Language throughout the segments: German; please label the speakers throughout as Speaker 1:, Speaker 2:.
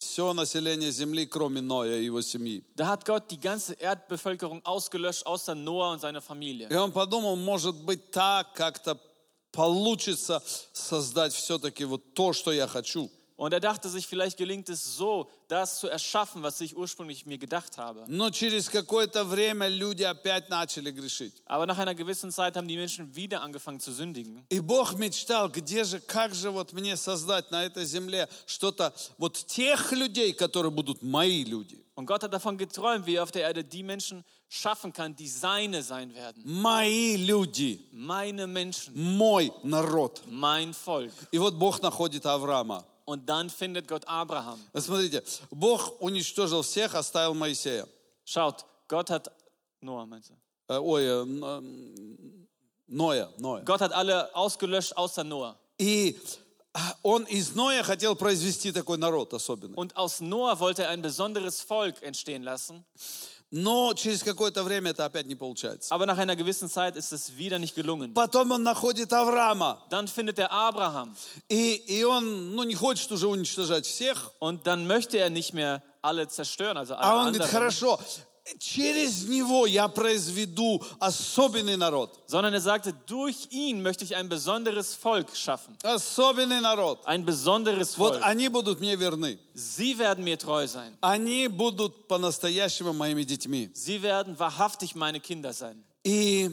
Speaker 1: все население земли, кроме Ноя и его семьи.
Speaker 2: Da hat Gott die ganze Erdbevölkerung ausgelöscht, außer Noah und seiner Familie.
Speaker 1: И он подумал, может быть, так как-то получится создать все-таки вот то, что я хочу.
Speaker 2: Und er dachte sich, vielleicht gelingt es so, das zu erschaffen, was ich ursprünglich mir gedacht habe.
Speaker 1: Но через какое-то время люди опять начали грешить.
Speaker 2: Aber nach einer gewissen Zeit haben die Menschen wieder angefangen zu sündigen.
Speaker 1: И Бог мечтал, где же, как же вот мне создать на этой земле что-то, вот тех людей, которые будут мои люди,
Speaker 2: Und Gott hat davon geträumt, wie er auf der Erde die Menschen schaffen kann, die seine sein werden.
Speaker 1: мои люди,
Speaker 2: Meine Menschen,
Speaker 1: мой народ.
Speaker 2: mein Volk.
Speaker 1: И вот Бог находит Авраама.
Speaker 2: Und dann findet Gott Abraham.
Speaker 1: Вот Смотрите, Бог уничтожил всех, оставил Моисея.
Speaker 2: Schaut, Gott hat Noah meinst du?
Speaker 1: Э, Ой, э, н- эм, Ноя, Ноя.
Speaker 2: Gott hat alle ausgelöscht außer Noah.
Speaker 1: И а, он из Ноя хотел произвести такой народ особенный.
Speaker 2: Und aus Noah wollte er ein besonderes Volk entstehen lassen.
Speaker 1: Но через какое-то время это опять не получается.
Speaker 2: Aber nach einer gewissen Zeit ist es wieder nicht gelungen.
Speaker 1: Потом он находит Авраама,
Speaker 2: Dann findet er Abraham.
Speaker 1: и, и он ну, не хочет уже уничтожать всех,
Speaker 2: Und dann möchte er nicht mehr alle zerstören, also alle
Speaker 1: а он говорит,
Speaker 2: anderen,
Speaker 1: хорошо, через него я произведу особенный народ,
Speaker 2: sondern er sagte, durch ihn möchte ich ein besonderes Volk schaffen.
Speaker 1: особенный народ.
Speaker 2: Ein besonderes
Speaker 1: Вот
Speaker 2: Volk.
Speaker 1: они будут мне верны,
Speaker 2: Sie werden mir treu sein.
Speaker 1: они будут по-настоящему моими детьми.
Speaker 2: Sie werden wahrhaftig meine Kinder sein.
Speaker 1: И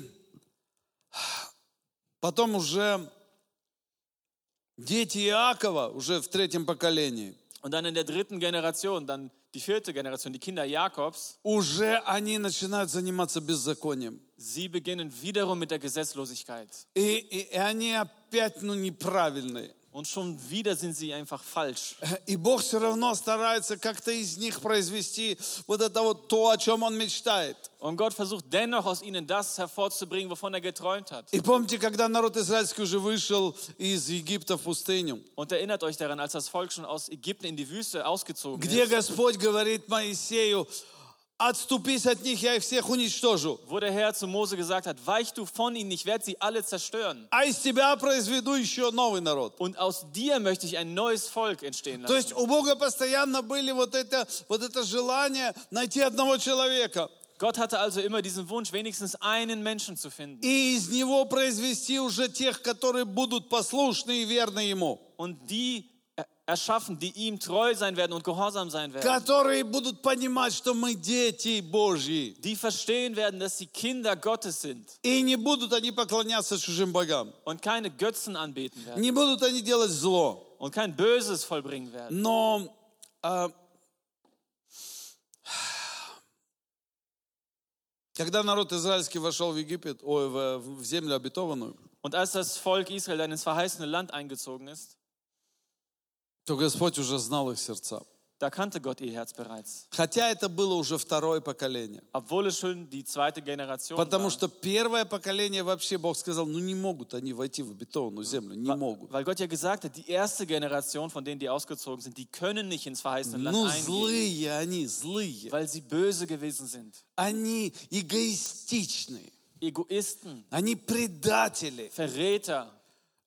Speaker 1: потом уже дети Иакова, уже в третьем поколении,
Speaker 2: Und dann in der dritten Generation, dann die vierte Generation, die Kinder Jakobs,
Speaker 1: уже они начинают заниматься беззаконием.
Speaker 2: sie beginnen wiederum mit der Gesetzlosigkeit.
Speaker 1: И, и, и они опять ну, неправильные.
Speaker 2: Und schon wieder sind sie einfach falsch.
Speaker 1: И Бог все равно старается как-то из них произвести вот это вот то, о чем Он мечтает.
Speaker 2: Und Gott versucht dennoch aus ihnen das hervorzubringen, wovon er geträumt hat.
Speaker 1: И помните, когда народ израильский уже вышел из Египта в пустыню,
Speaker 2: Und erinnert euch daran, als das Volk schon aus Ägypten in die Wüste ausgezogen
Speaker 1: где
Speaker 2: ist,
Speaker 1: Господь говорит Моисею, отступись от них, я их всех уничтожу.
Speaker 2: wo der Herr zu Mose gesagt hat, weich du von ihnen, ich werde sie alle zerstören.
Speaker 1: А из тебя произведу еще новый народ.
Speaker 2: Und aus dir möchte ich ein neues Volk entstehen
Speaker 1: То
Speaker 2: lassen.
Speaker 1: есть у Бога постоянно были вот это, вот это желание найти одного человека
Speaker 2: Gott hatte also immer diesen Wunsch, wenigstens einen Menschen zu finden
Speaker 1: и из него произвести уже тех, которые будут послушны и верны ему,
Speaker 2: und die er- erschaffen, die ihm treu sein werden und gehorsam sein werden.
Speaker 1: которые будут понимать, что мы дети Божьи,
Speaker 2: Die verstehen werden, dass sie Kinder Gottes sind
Speaker 1: и не будут они поклоняться чужим богам,
Speaker 2: und keine Götzen anbeten werden
Speaker 1: не будут они делать зло,
Speaker 2: und kein Böses vollbringen werden.
Speaker 1: но а, когда народ израильский вошел в Египет, ой, в- в землю обетованную,
Speaker 2: Und als das Volk Israel dann ins verheißene Land eingezogen ist,
Speaker 1: то Господь уже знал их сердца.
Speaker 2: da kannte Gott ihr Herz bereits,
Speaker 1: Хотя это было уже второе поколение.
Speaker 2: obwohl es schon die zweite Generation
Speaker 1: Потому
Speaker 2: war.
Speaker 1: что первое поколение вообще Бог сказал, ну не могут они войти в обетованную землю, не могут.
Speaker 2: Weil Gott ja gesagt hat, die erste Generation von denen, die ausgezogen sind, die können nicht ins verheißene Land
Speaker 1: Ну
Speaker 2: eingehen,
Speaker 1: злые они, злые.
Speaker 2: weil sie böse gewesen sind.
Speaker 1: Они эгоистичные,
Speaker 2: Egoisten,
Speaker 1: они предатели.
Speaker 2: Verräter.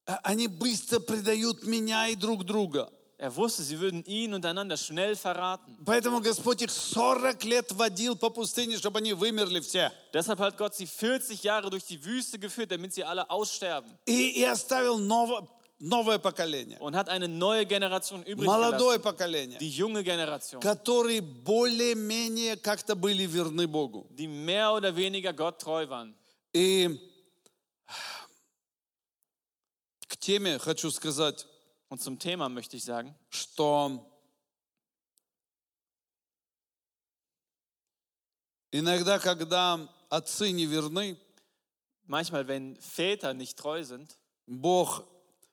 Speaker 1: А- Они быстро предают меня и друг друга.
Speaker 2: Er wusste, sie würden ihn untereinander schnell verraten.
Speaker 1: Поэтому Господь их 40 лет водил по pustыне, чтобы они вымерли все.
Speaker 2: Deshalb hat Gott sie 40 Jahre durch die Wüste geführt, damit sie alle aussterben.
Speaker 1: И, и оставил ново- новое поколение,
Speaker 2: Und hat eine neue Generation übrig gelassen,
Speaker 1: молодое поколение.
Speaker 2: die junge Generation,
Speaker 1: которые более-менее как-то были верны Богу.
Speaker 2: die mehr oder weniger Gott treu waren.
Speaker 1: И к теме хочу сказать,
Speaker 2: Und zum Thema möchte ich sagen,
Speaker 1: что иногда, когда отцы не верны,
Speaker 2: manchmal, wenn Väter nicht treu sind,
Speaker 1: Бог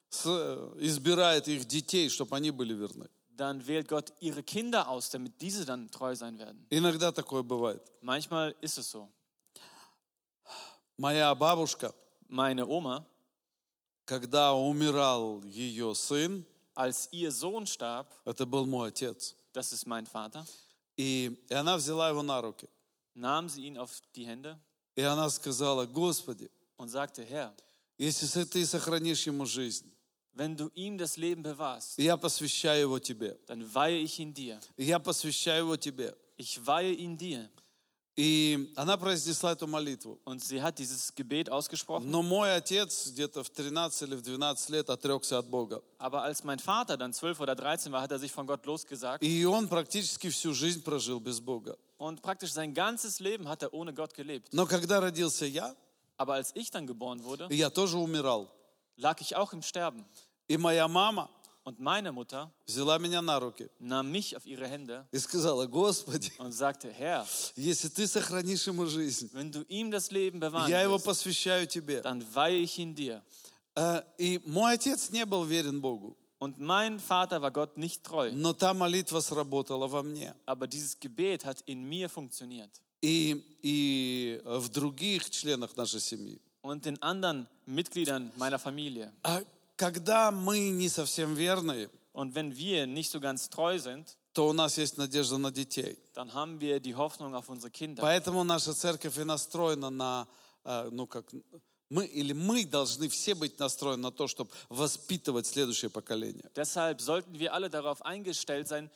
Speaker 1: с- э, избирает их детей, чтобы они были верны.
Speaker 2: dann wählt Gott ihre Kinder aus, damit diese dann treu sein werden.
Speaker 1: Иногда такое бывает.
Speaker 2: Manchmal ist es so.
Speaker 1: Моя бабушка,
Speaker 2: Meine Oma,
Speaker 1: когда умирал ее сын,
Speaker 2: als ihr Sohn starb,
Speaker 1: это был мой отец,
Speaker 2: das ist mein Vater,
Speaker 1: и, и она взяла его на руки.
Speaker 2: nahm sie ihn auf die Hände
Speaker 1: И она сказала, Господи,
Speaker 2: und sagte, Herr,
Speaker 1: если со- ты сохранишь ему жизнь,
Speaker 2: Wenn du ihm das Leben bewahrst,
Speaker 1: И я посвящаю его тебе.
Speaker 2: dann weihe ich ihn dir.
Speaker 1: И я посвящаю его тебе.
Speaker 2: Ich weihe ihn dir.
Speaker 1: И она произнесла эту молитву.
Speaker 2: Und sie hat dieses Gebet ausgesprochen.
Speaker 1: Но мой отец где-то в 13 или в 12 лет отрекся от Бога.
Speaker 2: Aber als mein Vater dann 12 oder 13 war, hat er sich von Gott losgesagt.
Speaker 1: И он практически всю жизнь прожил без Бога.
Speaker 2: Und praktisch sein ganzes Leben hat er ohne Gott gelebt.
Speaker 1: Но когда родился я,
Speaker 2: Aber als ich dann geboren wurde,
Speaker 1: я тоже умирал.
Speaker 2: lag ich auch im Sterben.
Speaker 1: И моя мама
Speaker 2: Und meine Mutter
Speaker 1: взяла меня на руки
Speaker 2: nahm mich auf ihre Hände
Speaker 1: и сказала, Господи,
Speaker 2: und sagte, Herr,
Speaker 1: если ты сохранишь ему жизнь,
Speaker 2: wenn du ihm das Leben
Speaker 1: я его
Speaker 2: bewahren willst,
Speaker 1: посвящаю тебе.
Speaker 2: dann weihe ich ihn dir.
Speaker 1: Э, И мой отец не был верен Богу,
Speaker 2: Und mein Vater war Gott nicht treu,
Speaker 1: но та молитва сработала во мне.
Speaker 2: aber dieses Gebet hat in mir funktioniert
Speaker 1: И, и в других членах нашей семьи.
Speaker 2: und den anderen Mitgliedern meiner Familie.
Speaker 1: А Когда мы не совсем верные,
Speaker 2: Und wenn wir nicht so ganz treu sind,
Speaker 1: то у нас есть надежда на детей.
Speaker 2: dann haben wir die Hoffnung auf unsere Kinder.
Speaker 1: Поэтому наша церковь и настроена на, э, ну как, мы или мы должны все быть настроены на то, чтобы воспитывать следующее поколение.
Speaker 2: Deshalb sollten wir alle darauf eingestellt sein,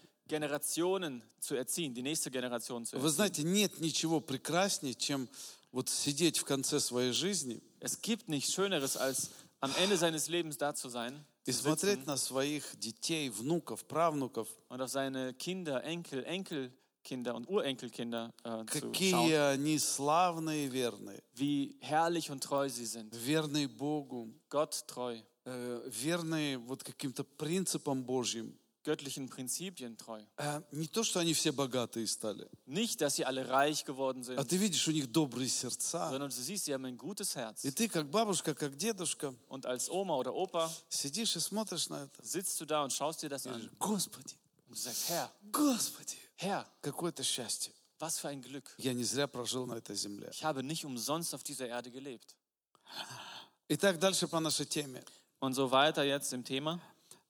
Speaker 2: Generationen zu erziehen, die nächste Generation zu
Speaker 1: Вы
Speaker 2: erziehen.
Speaker 1: знаете, нет ничего прекраснее, чем вот сидеть в конце своей жизни
Speaker 2: Es gibt nichts Schöneres, als am Ende seines Lebens da zu sein
Speaker 1: и смотреть на своих детей, внуков, правнуков,
Speaker 2: und auf seine Kinder, Enkel, Enkelkinder und Urenkelkinder äh, zu
Speaker 1: какие
Speaker 2: schauen,
Speaker 1: они славные и верные,
Speaker 2: wie herrlich und treu sie sind.
Speaker 1: верные Богу,
Speaker 2: Gott treu,
Speaker 1: э, верные вот каким-то принципам Божьим.
Speaker 2: göttlichen Prinzipien treu.
Speaker 1: Э, Не то, что они все богатые стали,
Speaker 2: Nicht, dass sie alle reich geworden
Speaker 1: а
Speaker 2: sind,
Speaker 1: ты видишь, у них добрые сердца.
Speaker 2: sondern du siehst, sie haben ein gutes Herz.
Speaker 1: И ты, как бабушка, как дедушка,
Speaker 2: Und als Oma oder Opa
Speaker 1: сидишь и смотришь на это.
Speaker 2: sitzt du da und schaust dir das an
Speaker 1: Говоришь, Господи,
Speaker 2: und du sagst, Herr,
Speaker 1: Господи,
Speaker 2: Herr,
Speaker 1: какое то счастье.
Speaker 2: was für ein Glück.
Speaker 1: Я не зря прожил на этой земле.
Speaker 2: Ich habe nicht umsonst auf dieser Erde gelebt.
Speaker 1: Итак, дальше по нашей теме.
Speaker 2: Und so weiter jetzt im Thema.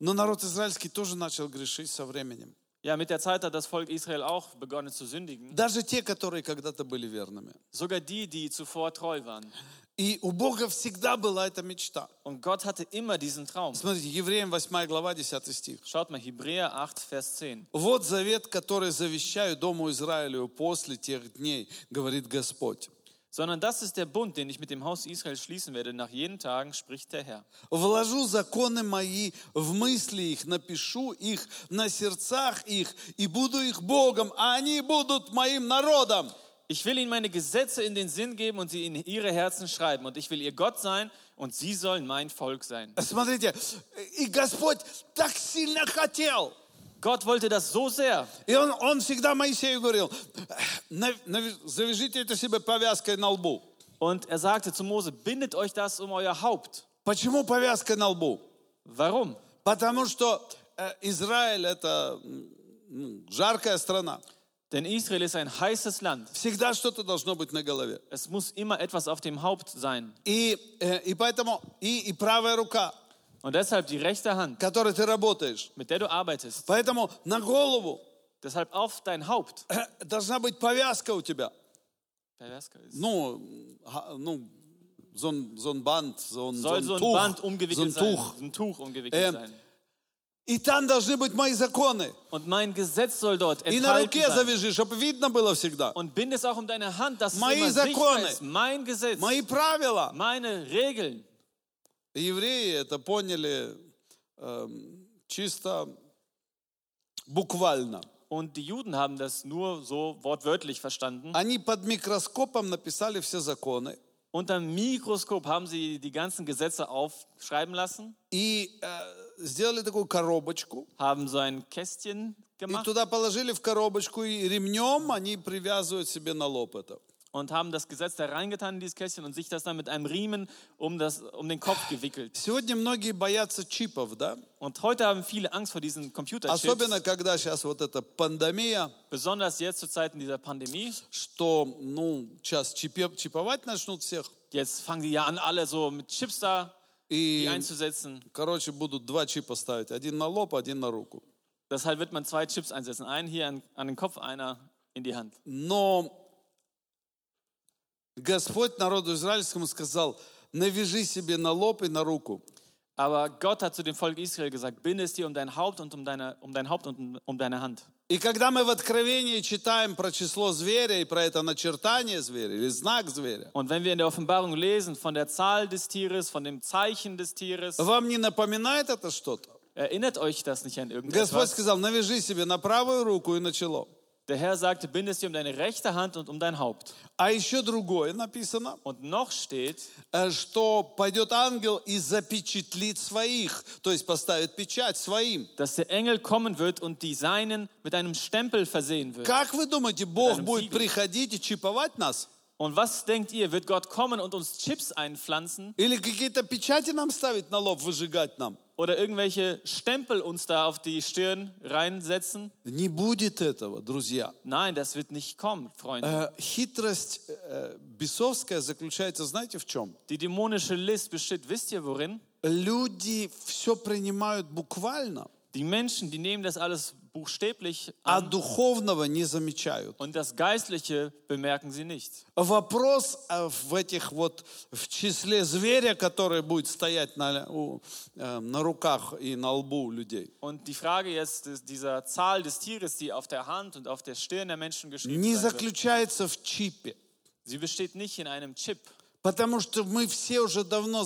Speaker 1: Но народ израильский тоже начал грешить со временем.
Speaker 2: Ja, mit der Zeit hat das Volk Israel auch begonnen zu sündigen.
Speaker 1: Даже те, которые когда-то были верными.
Speaker 2: Sogar die, die zuvor treu waren.
Speaker 1: И у Бога всегда была эта мечта.
Speaker 2: Und Gott hatte immer diesen Traum.
Speaker 1: Смотрите, Евреям 8 глава, 10 стих.
Speaker 2: Schaut mal, Hebräer 8, Vers 10.
Speaker 1: «Вот завет, который завещаю Дому Израилю после тех дней, говорит Господь.
Speaker 2: Sondern das ist der Bund, den ich mit dem Haus Israel schließen werde. Nach jenen Tagen spricht der Herr.
Speaker 1: Вложу законы мои в мысли их, напишу их на сердцах их, и буду их Богом, а они будут моим народом.
Speaker 2: Ich will ihnen meine Gesetze in den Sinn geben und sie in ihre Herzen schreiben. Und ich will ihr Gott sein und sie sollen mein Volk sein.
Speaker 1: Смотрите, и Господь так сильно хотел.
Speaker 2: Gott wollte das so sehr.
Speaker 1: И он, он всегда Моисею говорил, «На- на- завяжите это себе повязкой на лбу.
Speaker 2: Und er sagte zu Mose, bindet euch das um euer Haupt.
Speaker 1: Почему повязкой на лбу?
Speaker 2: Warum?
Speaker 1: Потому что э, Израиль это м, ну, жаркая страна.
Speaker 2: Denn Israel ist ein heißes Land.
Speaker 1: Всегда что-то должно быть на голове.
Speaker 2: Es muss immer etwas auf dem Haupt sein.
Speaker 1: И, э, и поэтому и, и правая рука,
Speaker 2: Und deshalb die rechte Hand,
Speaker 1: которой ты работаешь.
Speaker 2: mit der du arbeitest,
Speaker 1: Поэтому на голову
Speaker 2: deshalb auf dein Haupt.
Speaker 1: э, должна быть повязка у тебя. Ну, м, га- ну зон, зонбанд, зон,
Speaker 2: Soll so ein
Speaker 1: зонтух,
Speaker 2: Band umgewickelt sein.
Speaker 1: зонтух.
Speaker 2: Ein Tuch umgewickelt
Speaker 1: Ähm,
Speaker 2: sein.
Speaker 1: И там должны быть мои законы.
Speaker 2: Und mein Gesetz soll dort
Speaker 1: И на
Speaker 2: enthalten
Speaker 1: руке
Speaker 2: sein.
Speaker 1: завяжи, чтобы видно было всегda.
Speaker 2: Und bind es auch um deine Hand, dass es
Speaker 1: Мои
Speaker 2: immer sichtbar
Speaker 1: законы.
Speaker 2: ist. Mein Gesetz,
Speaker 1: Мои правила.
Speaker 2: meine Regeln.
Speaker 1: Евреи это поняли эм, чисто буквально.
Speaker 2: Und die Juden haben das nur so wortwörtlich verstanden.
Speaker 1: Они под микроскопом написали все законы.
Speaker 2: Unter dem Mikroskop haben sie die ganzen Gesetze aufschreiben lassen,
Speaker 1: И э, сделали такую коробочку.
Speaker 2: haben so ein Kästchen
Speaker 1: И
Speaker 2: gemacht
Speaker 1: туда положили в коробочку, и ремнем они привязывают себе на лоб это.
Speaker 2: und haben das Gesetz da reingetan in dieses Kästchen und sich das dann mit einem Riemen um, das, um den Kopf gewickelt.
Speaker 1: Сегодня многие боятся чипов, да?
Speaker 2: Und heute haben viele Angst vor diesen
Speaker 1: Особенно,
Speaker 2: Computerchips,
Speaker 1: когда сейчас вот эта пандемия,
Speaker 2: besonders jetzt zu Zeiten dieser Pandemie.
Speaker 1: что, ну, сейчас чипе- чиповать начнут всех.
Speaker 2: Jetzt fangen die ja an, alle so mit Chips da die
Speaker 1: И,
Speaker 2: einzusetzen.
Speaker 1: короче, будут два чипа ставить. Один на лоб, один на руку.
Speaker 2: Deshalb wird man zwei Chips einsetzen. Einen hier an, an den Kopf, einer in die Hand.
Speaker 1: Но Господь народу израильскому сказал, навяжи себе на лоб и на руку.
Speaker 2: Aber Gott hat zu dem Volk Israel gesagt, binde es dir um dein Haupt und um deine, um dein Haupt und um, um deine Hand.
Speaker 1: И когда мы в Откровении читаем про число зверя и про это начертание зверя или знак зверя,
Speaker 2: Und wenn wir in der Offenbarung lesen von der Zahl des Tieres, von dem Zeichen des Tieres,
Speaker 1: вам не напоминает это что-то?
Speaker 2: erinnert euch das nicht an
Speaker 1: Господь
Speaker 2: irgendetwas?
Speaker 1: сказал, навяжи себе на правую руку и на чело.
Speaker 2: Der Herr sagte, binde es dir um deine rechte Hand und um dein Haupt.
Speaker 1: А еще другое написано,
Speaker 2: Und noch steht,
Speaker 1: э, что пойдет ангел и запечатлит своих, то есть поставит печать своим.
Speaker 2: dass der Engel kommen wird und die Seinen mit einem Stempel versehen wird.
Speaker 1: Как вы думаете, Бог
Speaker 2: Наверное,
Speaker 1: будет
Speaker 2: Сигель.
Speaker 1: приходить и чиповать нас?
Speaker 2: Und was denkt ihr, wird Gott kommen und uns Chips einpflanzen
Speaker 1: Или какие-то печати нам ставить на лоб, выжигать нам?
Speaker 2: oder irgendwelche Stempel uns da auf die Stirn reinsetzen?
Speaker 1: Не будет этого, друзья.
Speaker 2: Nein, das wird nicht kommen, Freunde.
Speaker 1: Э, Хитрость э, бесовская заключается, знаете, в чем?
Speaker 2: Die dämonische List besteht, wisst ihr worin?
Speaker 1: Люди все принимают bukvalno,
Speaker 2: Die Menschen, die nehmen das alles buchstäblich
Speaker 1: а
Speaker 2: an
Speaker 1: духовного не замечают.
Speaker 2: und das Geistliche bemerken sie nicht.
Speaker 1: Вопрос э, в этих вот, в числе зверя, который будет стоять на, у, э, на руках и на лбу у людей,
Speaker 2: Und die Frage jetzt des- dieser Zahl des Tieres, die auf der Hand und auf der Stirn der Menschen geschrieben
Speaker 1: не
Speaker 2: sein wird,
Speaker 1: заключается в чипе.
Speaker 2: sie besteht nicht in einem Chip,
Speaker 1: Потому что мы все уже давно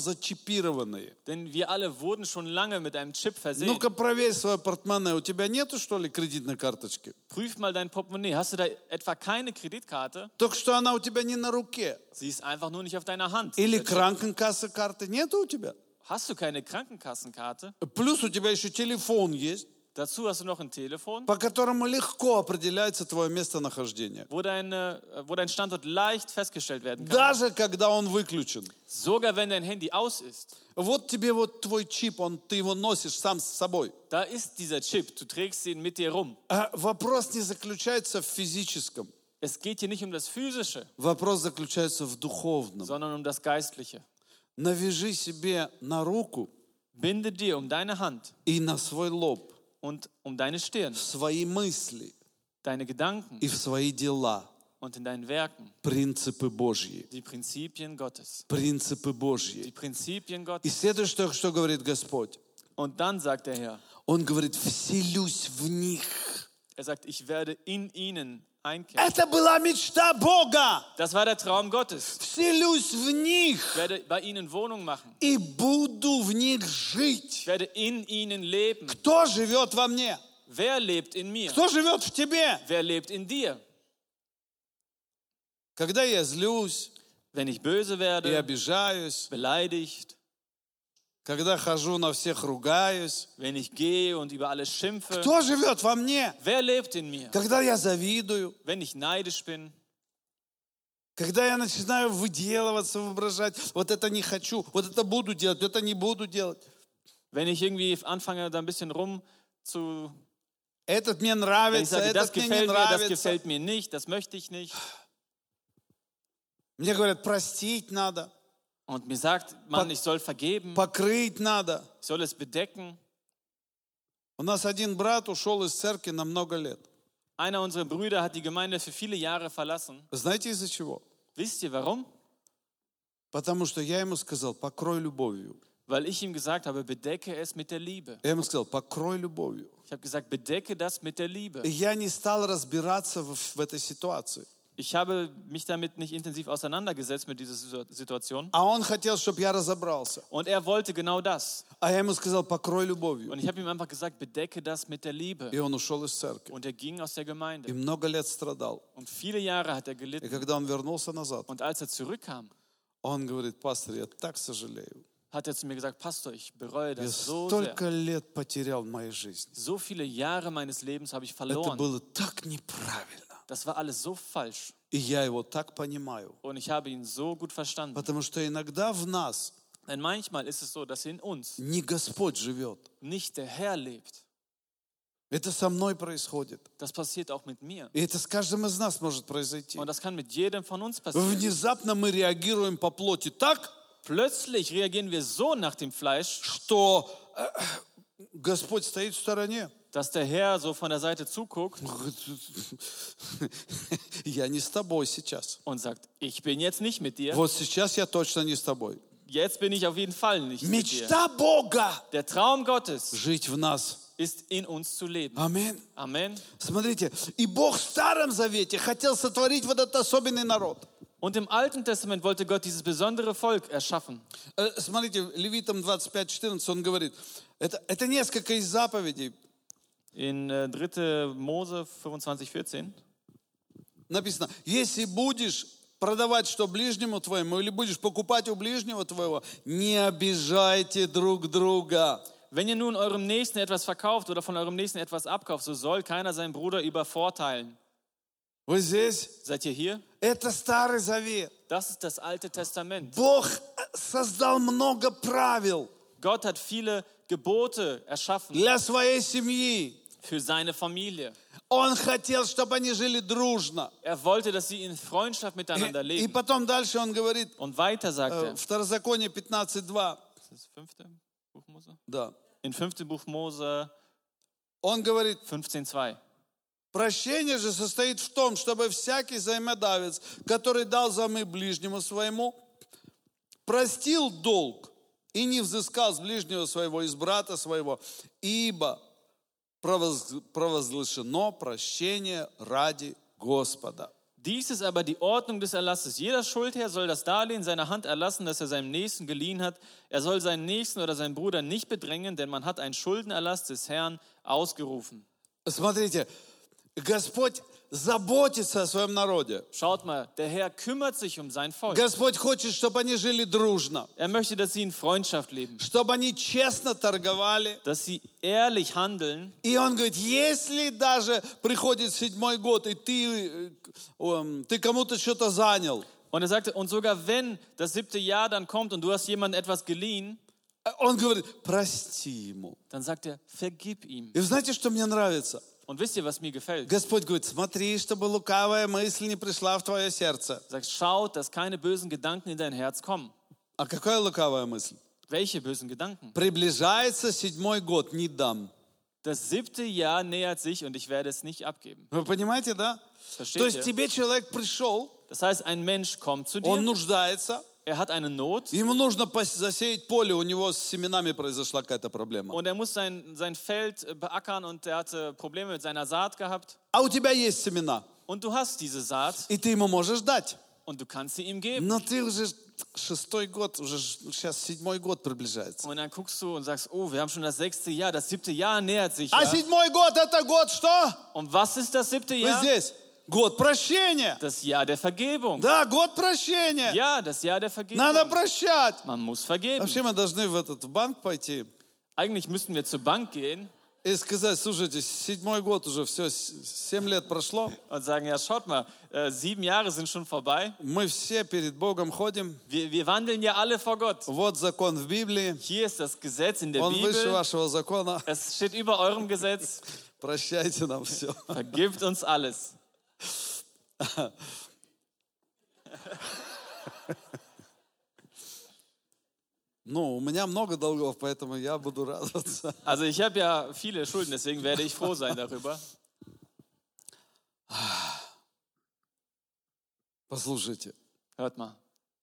Speaker 1: зачипированные.
Speaker 2: denn wir alle wurden schon lange mit einem Chip versehen.
Speaker 1: Ну-ка проверь свое портмоне. У тебя нету, что ли, кредитной карточки?
Speaker 2: Prüf mal dein Portemonnaie. Hast du da etwa keine Kreditkarte?
Speaker 1: Только что она у тебя не на руке.
Speaker 2: Sie ist einfach nur nicht auf deiner Hand.
Speaker 1: Или кранкенкассы карты нету у тебя?
Speaker 2: Hast du keine Krankenkassenkarte?
Speaker 1: Плюс у тебя еще телефон есть,
Speaker 2: Dazu hast du noch ein Telefon,
Speaker 1: по которому lегко определяется твое местонахождение.
Speaker 2: wo, deine, äh, wo dein Standort leicht festgestellt werden kann.
Speaker 1: Даже когда он выключен.
Speaker 2: Sogar wenn dein Handy aus ist,
Speaker 1: Вот тебе вот твой чип, он, ты его носишь сам с собой.
Speaker 2: da ist dieser Chip. Du trägst ihn mit dir rum.
Speaker 1: А вопрос не заключается в физическом.
Speaker 2: Es geht hier nicht um das Physische,
Speaker 1: Вопрос заключается в духовном.
Speaker 2: sondern um das Geistliche.
Speaker 1: Навяжи себе на руку
Speaker 2: Binde dir um deine Hand
Speaker 1: и на свой лоб
Speaker 2: und um deine Stirn,
Speaker 1: в свои мысли
Speaker 2: deine Gedanken
Speaker 1: и в свои дела
Speaker 2: und in deinen Werken
Speaker 1: принципы Божьи.
Speaker 2: die Prinzipien Gottes.
Speaker 1: Принципы
Speaker 2: Die
Speaker 1: Божьи.
Speaker 2: Prinzipien
Speaker 1: И
Speaker 2: Gottes.
Speaker 1: следует, что, что говорит Господь.
Speaker 2: Und dann sagt der Herr,
Speaker 1: Он говорит, вселюсь в них.
Speaker 2: Er sagt, ich werde in ihnen einkehren.
Speaker 1: Это была мечта Бога.
Speaker 2: Das war der Traum Gottes.
Speaker 1: Вселюсь в них
Speaker 2: Ich werde bei ihnen Wohnung machen.
Speaker 1: и буду в них
Speaker 2: Ich
Speaker 1: жить.
Speaker 2: werde in ihnen leben.
Speaker 1: Кто живет во мне?
Speaker 2: Wer lebt in mir?
Speaker 1: Кто живет в тебе?
Speaker 2: Wer lebt in dir?
Speaker 1: Когда я злюсь
Speaker 2: Wenn ich böse
Speaker 1: и
Speaker 2: werde,
Speaker 1: обижаюсь,
Speaker 2: beleidigt,
Speaker 1: когда хожу на всех ругаюсь,
Speaker 2: wenn ich gehe und über alles schimpfe,
Speaker 1: кто живет во мне?
Speaker 2: wer lebt in mir?
Speaker 1: Когда я завидую,
Speaker 2: Wenn ich neidisch bin,
Speaker 1: Когда я начинаю выделываться, воображать, вот это не хочу, вот это буду делать, вот это не буду делать.
Speaker 2: wenn ich irgendwie anfange, da ein bisschen rum zu.
Speaker 1: Этот мне
Speaker 2: Wenn ich
Speaker 1: нравится,
Speaker 2: sage, das
Speaker 1: этот мне не
Speaker 2: gefällt mir, das
Speaker 1: нравится.
Speaker 2: gefällt mir nicht, das möchte ich nicht.
Speaker 1: Мне говорят, простить надо,
Speaker 2: Und mir sagt man, ich soll vergeben,
Speaker 1: покрыть надо.
Speaker 2: ich soll es bedecken.
Speaker 1: У нас один брат ушел из церкви на много лет.
Speaker 2: Einer unserer Brüder hat die Gemeinde für viele Jahre verlassen.
Speaker 1: Знаете из-за чего?
Speaker 2: Wisst ihr warum?
Speaker 1: Потому что я ему сказал, покрой любовью.
Speaker 2: Weil ich ihm gesagt habe, bedecke es mit der Liebe.
Speaker 1: Я ему сказал, покрой любовью.
Speaker 2: Ich habe gesagt, bedecke das mit der Liebe.
Speaker 1: И я не стал разбираться в, в этой ситуации.
Speaker 2: Ich habe mich damit nicht intensiv auseinandergesetzt mit dieser Situ- Situation.
Speaker 1: А он хотел, чтобы я разобрался.
Speaker 2: Und er wollte genau das.
Speaker 1: А я ему сказал, покрой любовью.
Speaker 2: Und ich habe ihm einfach gesagt, bedecke das mit der Liebe.
Speaker 1: И он ушел из церкви.
Speaker 2: Und er ging aus der
Speaker 1: И
Speaker 2: Gemeinde.
Speaker 1: много лет страдал.
Speaker 2: Und viele Jahre hat er
Speaker 1: И
Speaker 2: gelitten.
Speaker 1: когда он вернулся назад,
Speaker 2: Und als er zurückkam,
Speaker 1: он говорит, пастор, я так сожалею.
Speaker 2: hat er zu mir gesagt, Pastor, ich bereue
Speaker 1: Я
Speaker 2: das so sehr.
Speaker 1: столько лет потерял в моей жизни.
Speaker 2: So viele Jahre meines Lebens habe ich
Speaker 1: Это
Speaker 2: verloren.
Speaker 1: было так неправильно.
Speaker 2: Das war alles so falsch.
Speaker 1: И я его так понимаю.
Speaker 2: Und ich habe ihn so gut verstanden.
Speaker 1: Потому что иногда в нас
Speaker 2: Denn manchmal ist es so, dass in uns
Speaker 1: не Господь живет.
Speaker 2: nicht der Herr lebt.
Speaker 1: Это со мной происходит.
Speaker 2: Das passiert auch mit mir.
Speaker 1: И это с каждым из нас может произойти.
Speaker 2: Und das kann mit jedem von uns passieren.
Speaker 1: Внезапно мы реагируем по плоти так,
Speaker 2: Plötzlich reagieren wir so nach dem Fleisch,
Speaker 1: что э, Господь стоит в стороне.
Speaker 2: dass der Herr so von der Seite zuguckt
Speaker 1: Я не с тобой сейчас.
Speaker 2: und sagt, ich bin jetzt nicht mit dir.
Speaker 1: Вот сейчас я точно не с тобой.
Speaker 2: Jetzt bin ich auf jeden Fall nicht mit dir.
Speaker 1: Мечта Бога
Speaker 2: Der Traum Gottes
Speaker 1: жить в нас.
Speaker 2: ist in uns zu leben.
Speaker 1: Аминь.
Speaker 2: Amen.
Speaker 1: Смотрите, и Бог в Старом Завете хотел сотворить вот этот особенный народ.
Speaker 2: Und im Alten Testament wollte Gott dieses besondere Volk erschaffen.
Speaker 1: Э, Смотрите, Левитам 25.14, он говорит, это, это несколько из заповедей.
Speaker 2: In äh, 3. Mose 25, 14.
Speaker 1: Написано, если будешь продавать что ближнему твоему или будешь покупать у ближнего твоего, не обижайте друг друга.
Speaker 2: Wenn ihr nun eurem Nächsten etwas verkauft oder von eurem Nächsten etwas abkauft, so soll keiner seinen Bruder übervorteilen.
Speaker 1: Вы здесь?
Speaker 2: Seid ihr hier?
Speaker 1: Это Старый Завет.
Speaker 2: Das ist das Alte Testament.
Speaker 1: Бог э, создал много правил
Speaker 2: Gott hat viele Gebote erschaffen
Speaker 1: для своей семьи.
Speaker 2: für seine Familie.
Speaker 1: Он хотел, чтобы они жили дружно.
Speaker 2: Er wollte, dass sie in Freundschaft miteinander
Speaker 1: И
Speaker 2: leben.
Speaker 1: потом дальше он говорит,
Speaker 2: Und weiter sagt
Speaker 1: э,
Speaker 2: er,
Speaker 1: в Второзаконие 15.2,
Speaker 2: ist das fünfte Buch Mose?
Speaker 1: да,
Speaker 2: In 5. Buch Mose
Speaker 1: он говорит,
Speaker 2: 15,2.
Speaker 1: Прощение же состоит в том, чтобы всякий взаимодавец, который дал замы ближнему своему, простил долг и не взыскал с ближнего своего, из брата своего, ибо провоз- провозглашено прощение ради Господа.
Speaker 2: Dies ist aber die Ordnung des Erlasses. Jeder Schuldherr soll das Darlehen seiner Hand erlassen, das er seinem Nächsten geliehen hat. Er soll seinen Nächsten oder seinen Bruder nicht bedrängen, denn man hat einen Schuldenerlass des Herrn ausgerufen.
Speaker 1: Смотрите, Господь заботится о своем народе.
Speaker 2: Schaut mal, der Herr kümmert sich um sein Volk.
Speaker 1: Господь хочет, чтобы они жили дружно,
Speaker 2: Er möchte, dass sie in Freundschaft leben,
Speaker 1: чтобы они честно торговали,
Speaker 2: dass sie ehrlich handeln.
Speaker 1: И он говорит, если даже приходит седьмой год, и ты, э, к- эм, ты кому-то что-то занял,
Speaker 2: Und er sagte, und sogar wenn das siebte Jahr dann kommt und du hast jemandem etwas geliehen,
Speaker 1: э, он говорит, прости ему.
Speaker 2: dann sagt er, vergib ihm.
Speaker 1: И вы знаете, что мне нравится?
Speaker 2: Und wisst ihr, was mir gefällt?
Speaker 1: Господь говорит, смотри, чтобы лукавая мысль не пришла в твое сердце.
Speaker 2: Er sagt, schaut, dass keine bösen Gedanken in dein Herz kommen.
Speaker 1: А какая лукавая мысль?
Speaker 2: Welche bösen Gedanken?
Speaker 1: Приближается седьмой год, не дам.
Speaker 2: Das siebte Jahr nähert sich und ich werde es nicht abgeben.
Speaker 1: Вы понимаете, да?
Speaker 2: Versteht
Speaker 1: То есть
Speaker 2: ihr?
Speaker 1: тебе человек пришел,
Speaker 2: Das heißt, ein Mensch kommt zu
Speaker 1: он
Speaker 2: dir,
Speaker 1: нуждается,
Speaker 2: er hat eine Not
Speaker 1: ему нужно пос- засеять поле, у него с семенами произошла какая-то проблема.
Speaker 2: und er muss sein, sein Feld äh, beackern und er hatte Probleme mit seiner Saat gehabt.
Speaker 1: А у тебя есть семена,
Speaker 2: Und du hast diese Saat
Speaker 1: и ты ему можешь дать.
Speaker 2: und du kannst sie ihm geben.
Speaker 1: Но ты уже шестой год, уже сейчас седьмой год приближается.
Speaker 2: Und dann guckst du und sagst, oh, wir haben schon das sechste Jahr, das siebte Jahr nähert sich.
Speaker 1: А
Speaker 2: Ja.
Speaker 1: седьмой год это год что?
Speaker 2: Und was ist das siebte
Speaker 1: Вы
Speaker 2: Jahr?
Speaker 1: здесь. Год прощения.
Speaker 2: Das Jahr der Vergebung.
Speaker 1: Да, год прощения.
Speaker 2: Ja, das Jahr der
Speaker 1: Надо
Speaker 2: Vergebung.
Speaker 1: прощать.
Speaker 2: Man muss vergeben.
Speaker 1: Вообще мы должны в этот в банк пойти
Speaker 2: Eigentlich müssten wir zur Bank gehen
Speaker 1: и сказать, слушайте, седьмой год уже все, с- семь лет прошло,
Speaker 2: und sagen, ja, schaut mal, äh, sieben Jahre sind schon vorbei.
Speaker 1: мы все перед Богом ходим,
Speaker 2: Wir, wir wandeln ja alle vor Gott.
Speaker 1: вот закон в Библии,
Speaker 2: Hier ist das Gesetz in der
Speaker 1: он выше
Speaker 2: Bibel.
Speaker 1: вашего закона,
Speaker 2: Es steht über eurem Gesetz.
Speaker 1: прощайте нам все.
Speaker 2: Vergibt uns alles.
Speaker 1: Ну, у меня много долгов, поэтому я буду радоваться.
Speaker 2: Also ich habe ja viele Schulden, deswegen werde ich froh sein darüber.
Speaker 1: Послушайте,
Speaker 2: Hört mal.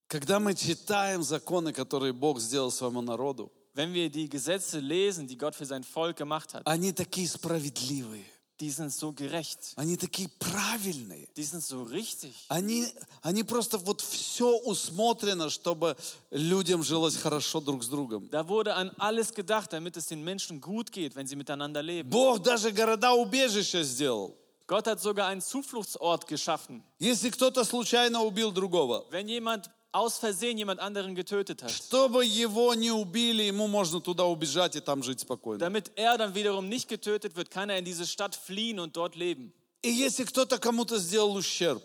Speaker 1: Когда мы читаем законы, которые Бог сделал своему народу,
Speaker 2: Wenn wir die Gesetze lesen, die Gott für sein Volk gemacht hat,
Speaker 1: они такие справедливые,
Speaker 2: die sind so gerecht.
Speaker 1: они такие правильные.
Speaker 2: Die sind so richtig.
Speaker 1: Они, они просто вот все усмотрено, чтобы людям жилось хорошо друг с другом.
Speaker 2: Da wurde an alles gedacht, damit es den Menschen gut geht, wenn sie miteinander leben.
Speaker 1: Бог даже города-убежища сделал.
Speaker 2: Gott hat sogar einen Zufluchtsort geschaffen.
Speaker 1: Если кто-то случайно убил другого,
Speaker 2: Wenn jemand aus Versehen jemand anderen getötet hat,
Speaker 1: чтобы его не убили, ему можно туда убежать и там жить спокойно.
Speaker 2: Damit er dann wiederum nicht getötet wird, kann er in diese Stadt fliehen und dort leben.
Speaker 1: И если кто-то кому-то сделал ущерб,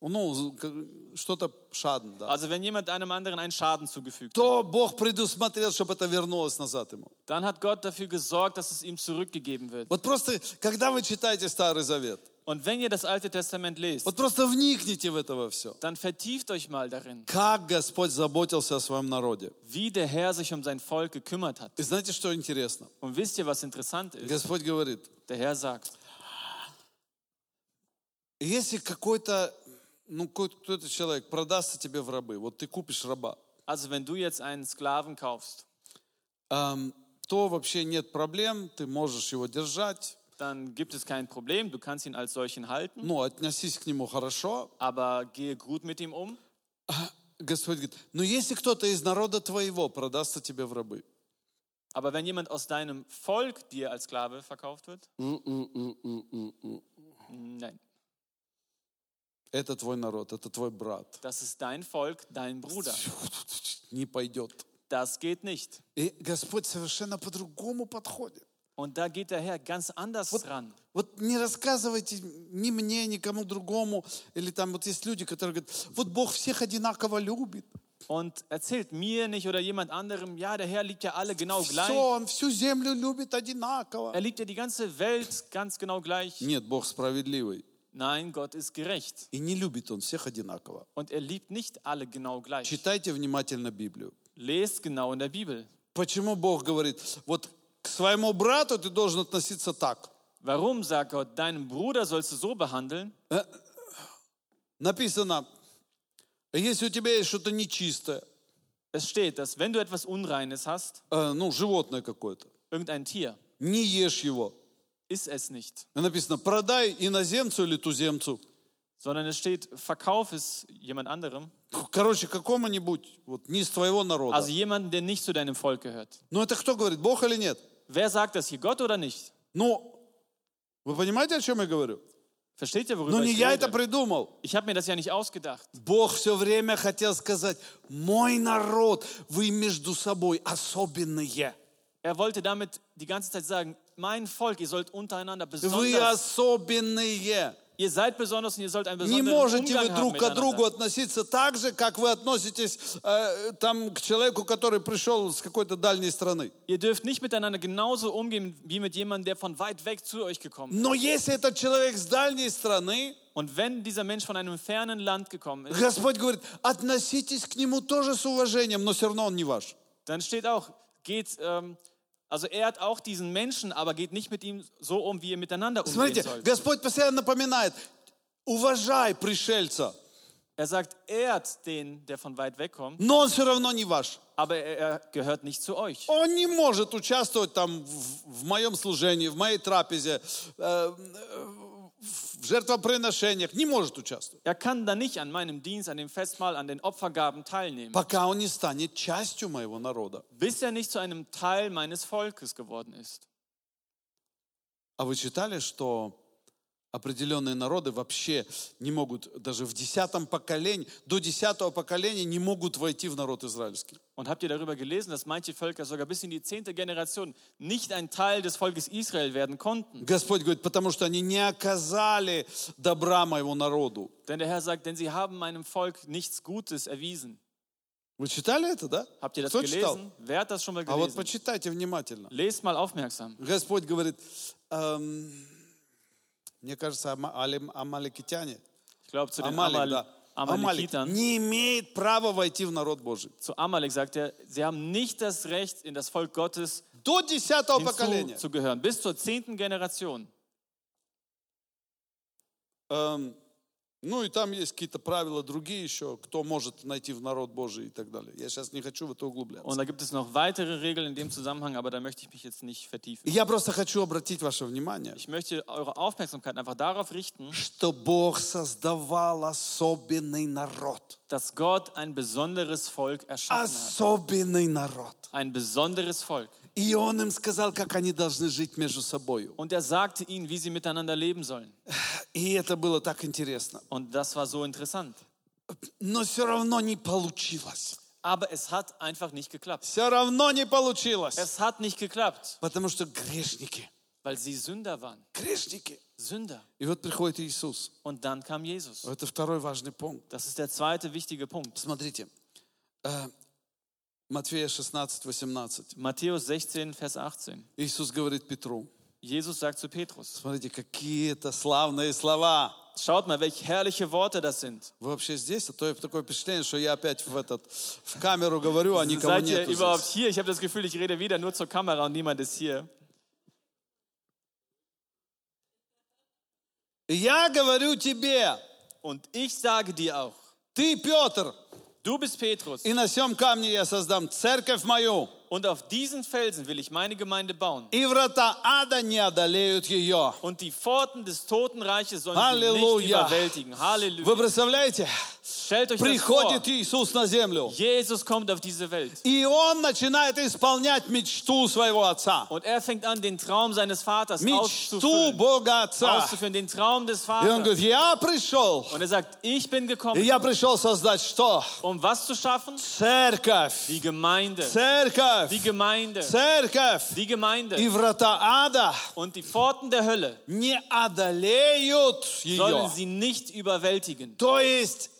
Speaker 1: ну, к- что-то шадно, да,
Speaker 2: Also wenn jemand einem anderen einen Schaden zugefügt hat,
Speaker 1: то Бог предусмотрел, чтобы это вернулось назад ему.
Speaker 2: dann hat Gott dafür gesorgt, dass es ihm zurückgegeben wird.
Speaker 1: Вот просто, когда вы читаете Старый Завет,
Speaker 2: Und wenn ihr das Alte Testament lest,
Speaker 1: вот просто вникните в этого все.
Speaker 2: dann vertieft euch mal darin,
Speaker 1: Как Господь заботился о своем народе.
Speaker 2: wie der Herr sich um sein Volk gekümmert hat.
Speaker 1: И знаете, что интересно?
Speaker 2: Und wisst ihr, was interessant ist?
Speaker 1: Господь говорит,
Speaker 2: Der Herr sagt,
Speaker 1: если какой-то, ну, какой- кто-то человек продастся тебе в рабы, вот ты купишь раба,
Speaker 2: Also wenn du jetzt einen Sklaven kaufst,
Speaker 1: эм, то вообще нет проблем, ты можешь его держать,
Speaker 2: dann gibt es kein Problem, du kannst ihn als solchen halten,
Speaker 1: ну, отнесись к нему хорошо.
Speaker 2: aber gehe gut mit ihm um.
Speaker 1: Господь говорит, но если кто-то из народа твоего продастся тебе в рабы,
Speaker 2: Aber wenn jemand aus deinem Volk dir als Sklave verkauft wird, nein,
Speaker 1: это твой народ, это твой брат.
Speaker 2: das ist dein Volk, dein Bruder.
Speaker 1: Не пойдет.
Speaker 2: Das geht nicht.
Speaker 1: И Господь совершенно по-другому подходит.
Speaker 2: Und da geht der Herr ganz anders dran.
Speaker 1: Вот не рассказывайте ни мне, никому другому. Или там вот есть люди, которые говорят, вот Бог всех одинаково любит.
Speaker 2: Und erzählt mir nicht oder jemand anderem, ja, der Herr liebt ja alle genau gleich.
Speaker 1: Все, Он всю землю любит одинаково.
Speaker 2: Er liebt ja die ganze Welt ganz genau gleich.
Speaker 1: Нет, Бог справедливый.
Speaker 2: Nein, Gott ist gerecht.
Speaker 1: И не любит Он всех одинаково.
Speaker 2: Und er liebt nicht alle genau gleich.
Speaker 1: Читайте внимательно Библию.
Speaker 2: Lest genau in der Bibel.
Speaker 1: Почему Бог говорит, вот к своему брату ты должен относиться так?
Speaker 2: Warum, sagt Gott, deinen Bruder sollst du so behandeln?
Speaker 1: Написано, если у тебя есть что-то нечистое,
Speaker 2: Es steht, dass wenn du etwas Unreines hast,
Speaker 1: э, ну, животное какое-то,
Speaker 2: irgendein Tier,
Speaker 1: не ешь его.
Speaker 2: iss es nicht.
Speaker 1: И Написано, продай иноземцу или туземцу.
Speaker 2: Sondern es steht, verkauf es jemand anderem.
Speaker 1: Короче, какому-нибудь, вот не из твоего народа.
Speaker 2: Also jemanden, der nicht zu deinem Volk gehört.
Speaker 1: Но это кто говорит, Бог или нет?
Speaker 2: Wer sagt das hier, Gott oder nicht?
Speaker 1: Ну, вы понимаете, о чем я говорю?
Speaker 2: Versteht ihr, worüber
Speaker 1: Ну, не
Speaker 2: ich
Speaker 1: я это
Speaker 2: rede?
Speaker 1: придумал.
Speaker 2: Ich habe mir das ja nicht ausgedacht.
Speaker 1: Бог все время хотел сказать, мой народ, вы между собой особенные.
Speaker 2: Er wollte damit die ganze Zeit sagen, mein Volk, ihr sollt untereinander
Speaker 1: Вы
Speaker 2: besonders,
Speaker 1: особенные.
Speaker 2: ihr seid besonders und ihr sollt einen
Speaker 1: Не
Speaker 2: besonderen
Speaker 1: можете вы
Speaker 2: Umgang haben
Speaker 1: друг к другу
Speaker 2: miteinander.
Speaker 1: относиться так же, как вы относитесь э, там к человеку, который пришел с какой-то дальней страны.
Speaker 2: Ihr dürft nicht miteinander genauso umgehen wie mit jemandem, der von weit weg zu euch gekommen ist.
Speaker 1: Но если этот человек с дальней страны,
Speaker 2: Und wenn dieser Mensch von einem fernen Land gekommen ist,
Speaker 1: Господь говорит, относитесь к нему тоже с уважением, но все равно он не ваш.
Speaker 2: dann steht auch, geht, ähm, also ehrt auch diesen Menschen, aber geht nicht mit ihm so um, wie ihr miteinander umgehen
Speaker 1: Смотрите,
Speaker 2: sollt.
Speaker 1: Господь постоянно напоминает, уважай пришельца,
Speaker 2: Er sagt, ehrt den, der von weit weg kommt,
Speaker 1: но он все равно не ваш.
Speaker 2: aber er, er gehört nicht zu euch.
Speaker 1: Он не может участвовать там в, в моем служении, в моей трапезе, э, э, в жертвоприношениях, не может участвовать.
Speaker 2: Er kann da nicht an meinem Dienst, an dem Festmahl, an den Opfergaben teilnehmen,
Speaker 1: пока он не станет частью моего народа.
Speaker 2: bis er nicht zu einem Teil meines Volkes geworden ist.
Speaker 1: А вы читали, что определенные народы вообще не могут, даже в десятом поколении, до десятого поколения не могут войти в народ израильский.
Speaker 2: Und habt ihr darüber gelesen, dass manche Völker sogar bis in die zehnte Generation nicht ein Teil des Volkes Israel werden konnten?
Speaker 1: Господь говорит, потому что они не оказали добра моего народу.
Speaker 2: Denn der Herr sagt, denn sie haben meinem Volk nichts Gutes erwiesen.
Speaker 1: Вы читали это, да?
Speaker 2: Habt ihr das
Speaker 1: Кто читал?
Speaker 2: gelesen? Wer hat das schon mal
Speaker 1: А вот
Speaker 2: gelesen?
Speaker 1: почитайте внимательно.
Speaker 2: Lest mal aufmerksam.
Speaker 1: Господь говорит, «Эм, мне кажется, ама- алим- амаликитяне,
Speaker 2: Ich glaube, zu den
Speaker 1: Амалик,
Speaker 2: Amal
Speaker 1: да, Амалик
Speaker 2: Amalekitern,
Speaker 1: не имеет права войти в народ Божий.
Speaker 2: zu Amalek sagt er, sie haben nicht das Recht, in das Volk Gottes
Speaker 1: До десятого поколения.
Speaker 2: hinzuzugehören, bis zur zehnten Generation.
Speaker 1: Эм, Ну и там есть какие-то правила другие еще, кто может найти в народ Божий и так далее. Я сейчас не хочу в это
Speaker 2: Und
Speaker 1: углубляться.
Speaker 2: da gibt es noch weitere Regeln in dem Zusammenhang, aber da möchte ich mich jetzt nicht vertiefen.
Speaker 1: Я просто хочу обратить ваше внимание,
Speaker 2: Ich möchte eure Aufmerksamkeit einfach darauf richten,
Speaker 1: что Бог создавал особенный народ.
Speaker 2: dass Gott ein besonderes Volk erschaffen hat.
Speaker 1: Особенный народ.
Speaker 2: Ein besonderes Volk.
Speaker 1: И Он им сказал, как они должны жить между собой.
Speaker 2: Und er sagte ihnen, wie sie miteinander leben sollen.
Speaker 1: И это было так интересно.
Speaker 2: Und das war so interessant.
Speaker 1: Но все равно не получилось.
Speaker 2: Aber es hat einfach nicht geklappt.
Speaker 1: Все равно не получилось.
Speaker 2: Es hat nicht geklappt,
Speaker 1: Потому что грешники,
Speaker 2: weil sie Sünder waren.
Speaker 1: грешники.
Speaker 2: Sünder.
Speaker 1: И вот приходит Иисус.
Speaker 2: Und dann kam Jesus.
Speaker 1: Это второй важный пункт.
Speaker 2: Das ist der zweite wichtige Punkt.
Speaker 1: Смотрите, э, Матфея 16, 18.
Speaker 2: Matthäus 16, Vers 18.
Speaker 1: Иисус говорит Петру,
Speaker 2: Jesus sagt zu Petrus,
Speaker 1: смотрите, какие это славные слова.
Speaker 2: schaut mal, welche herrliche Worte das sind.
Speaker 1: Вы вообще здесь? А то я такое впечатление, что я опять в, этот, в камеру говорю, а никого
Speaker 2: Seid ihr
Speaker 1: нет.
Speaker 2: überhaupt hier? Ich habe das Gefühl, ich rede wieder nur zur Kamera und niemand ist hier.
Speaker 1: Я говорю тебе,
Speaker 2: Und ich sage dir auch,
Speaker 1: ты, Петр,
Speaker 2: Du bist Petrus,
Speaker 1: и на сем камне я создам церковь мою,
Speaker 2: und auf diesen Felsen will ich meine Gemeinde bauen.
Speaker 1: и врата ада не одолеют ее.
Speaker 2: Und die Pforten des Totenreiches sollen sie nicht
Speaker 1: Halleluja.
Speaker 2: überwältigen.
Speaker 1: Вы
Speaker 2: Halleluja.
Speaker 1: представляете?
Speaker 2: Stellt euch das vor.
Speaker 1: Приходит Иисус на землю,
Speaker 2: Jesus kommt auf diese Welt.
Speaker 1: и Он начинает исполнять мечту своего Отца.
Speaker 2: Und er fängt an, den Traum seines Vaters
Speaker 1: Мечту
Speaker 2: auszufüllen.
Speaker 1: Бога Отца.
Speaker 2: Auszuführen, den Traum des
Speaker 1: И Он
Speaker 2: Vaters.
Speaker 1: говорит, я пришел,
Speaker 2: Und er sagt, ich bin
Speaker 1: и
Speaker 2: gekommen,
Speaker 1: я пришел создать что?
Speaker 2: um was zu schaffen?
Speaker 1: Церковь,
Speaker 2: Die Gemeinde. Die
Speaker 1: церковь,
Speaker 2: Gemeinde.
Speaker 1: церковь.
Speaker 2: Die
Speaker 1: И
Speaker 2: Gemeinde.
Speaker 1: врата ада
Speaker 2: Und die Pforten der Hölle
Speaker 1: не одолеют ее.
Speaker 2: sollen sie nicht überwältigen.
Speaker 1: То есть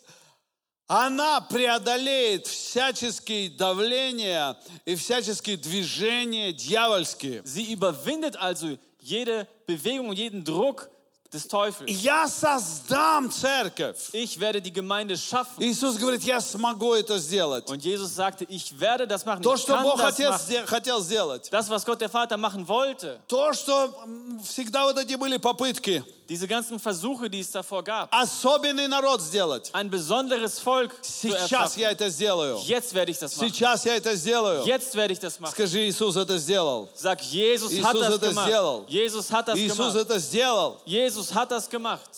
Speaker 1: она преодолеет всяческие давления и всяческие движения дьявольские.
Speaker 2: Sie überwindet also jede Bewegung, jeden Druck des Teufels.
Speaker 1: Я создам церковь.
Speaker 2: Ich werde die Gemeinde schaffen.
Speaker 1: Иисус говорит, я смогу это сделать.
Speaker 2: Und Jesus sagte, ich werde das machen.
Speaker 1: То,
Speaker 2: Ich
Speaker 1: что
Speaker 2: kann
Speaker 1: Бог
Speaker 2: das,
Speaker 1: Отец
Speaker 2: machen.
Speaker 1: сде- хотел сделать.
Speaker 2: das, was Gott der Vater machen wollte,
Speaker 1: То, что м, всегда вот эти были попытки.
Speaker 2: diese ganzen Versuche, die es davor gab,
Speaker 1: Особенный народ сделать.
Speaker 2: ein besonderes Volk zu
Speaker 1: Сейчас
Speaker 2: erschaffen.
Speaker 1: я это сделаю.
Speaker 2: Jetzt werde ich das machen.
Speaker 1: Сейчас я это сделаю.
Speaker 2: Jetzt werde ich das machen.
Speaker 1: Скажи, Иисус это сделал.
Speaker 2: Sag, Jesus
Speaker 1: Jesus
Speaker 2: hat das
Speaker 1: hat das
Speaker 2: gemacht.
Speaker 1: сделал.
Speaker 2: Jesus hat das
Speaker 1: Иисус
Speaker 2: gemacht.
Speaker 1: это сделал.
Speaker 2: Jesus hat das gemacht.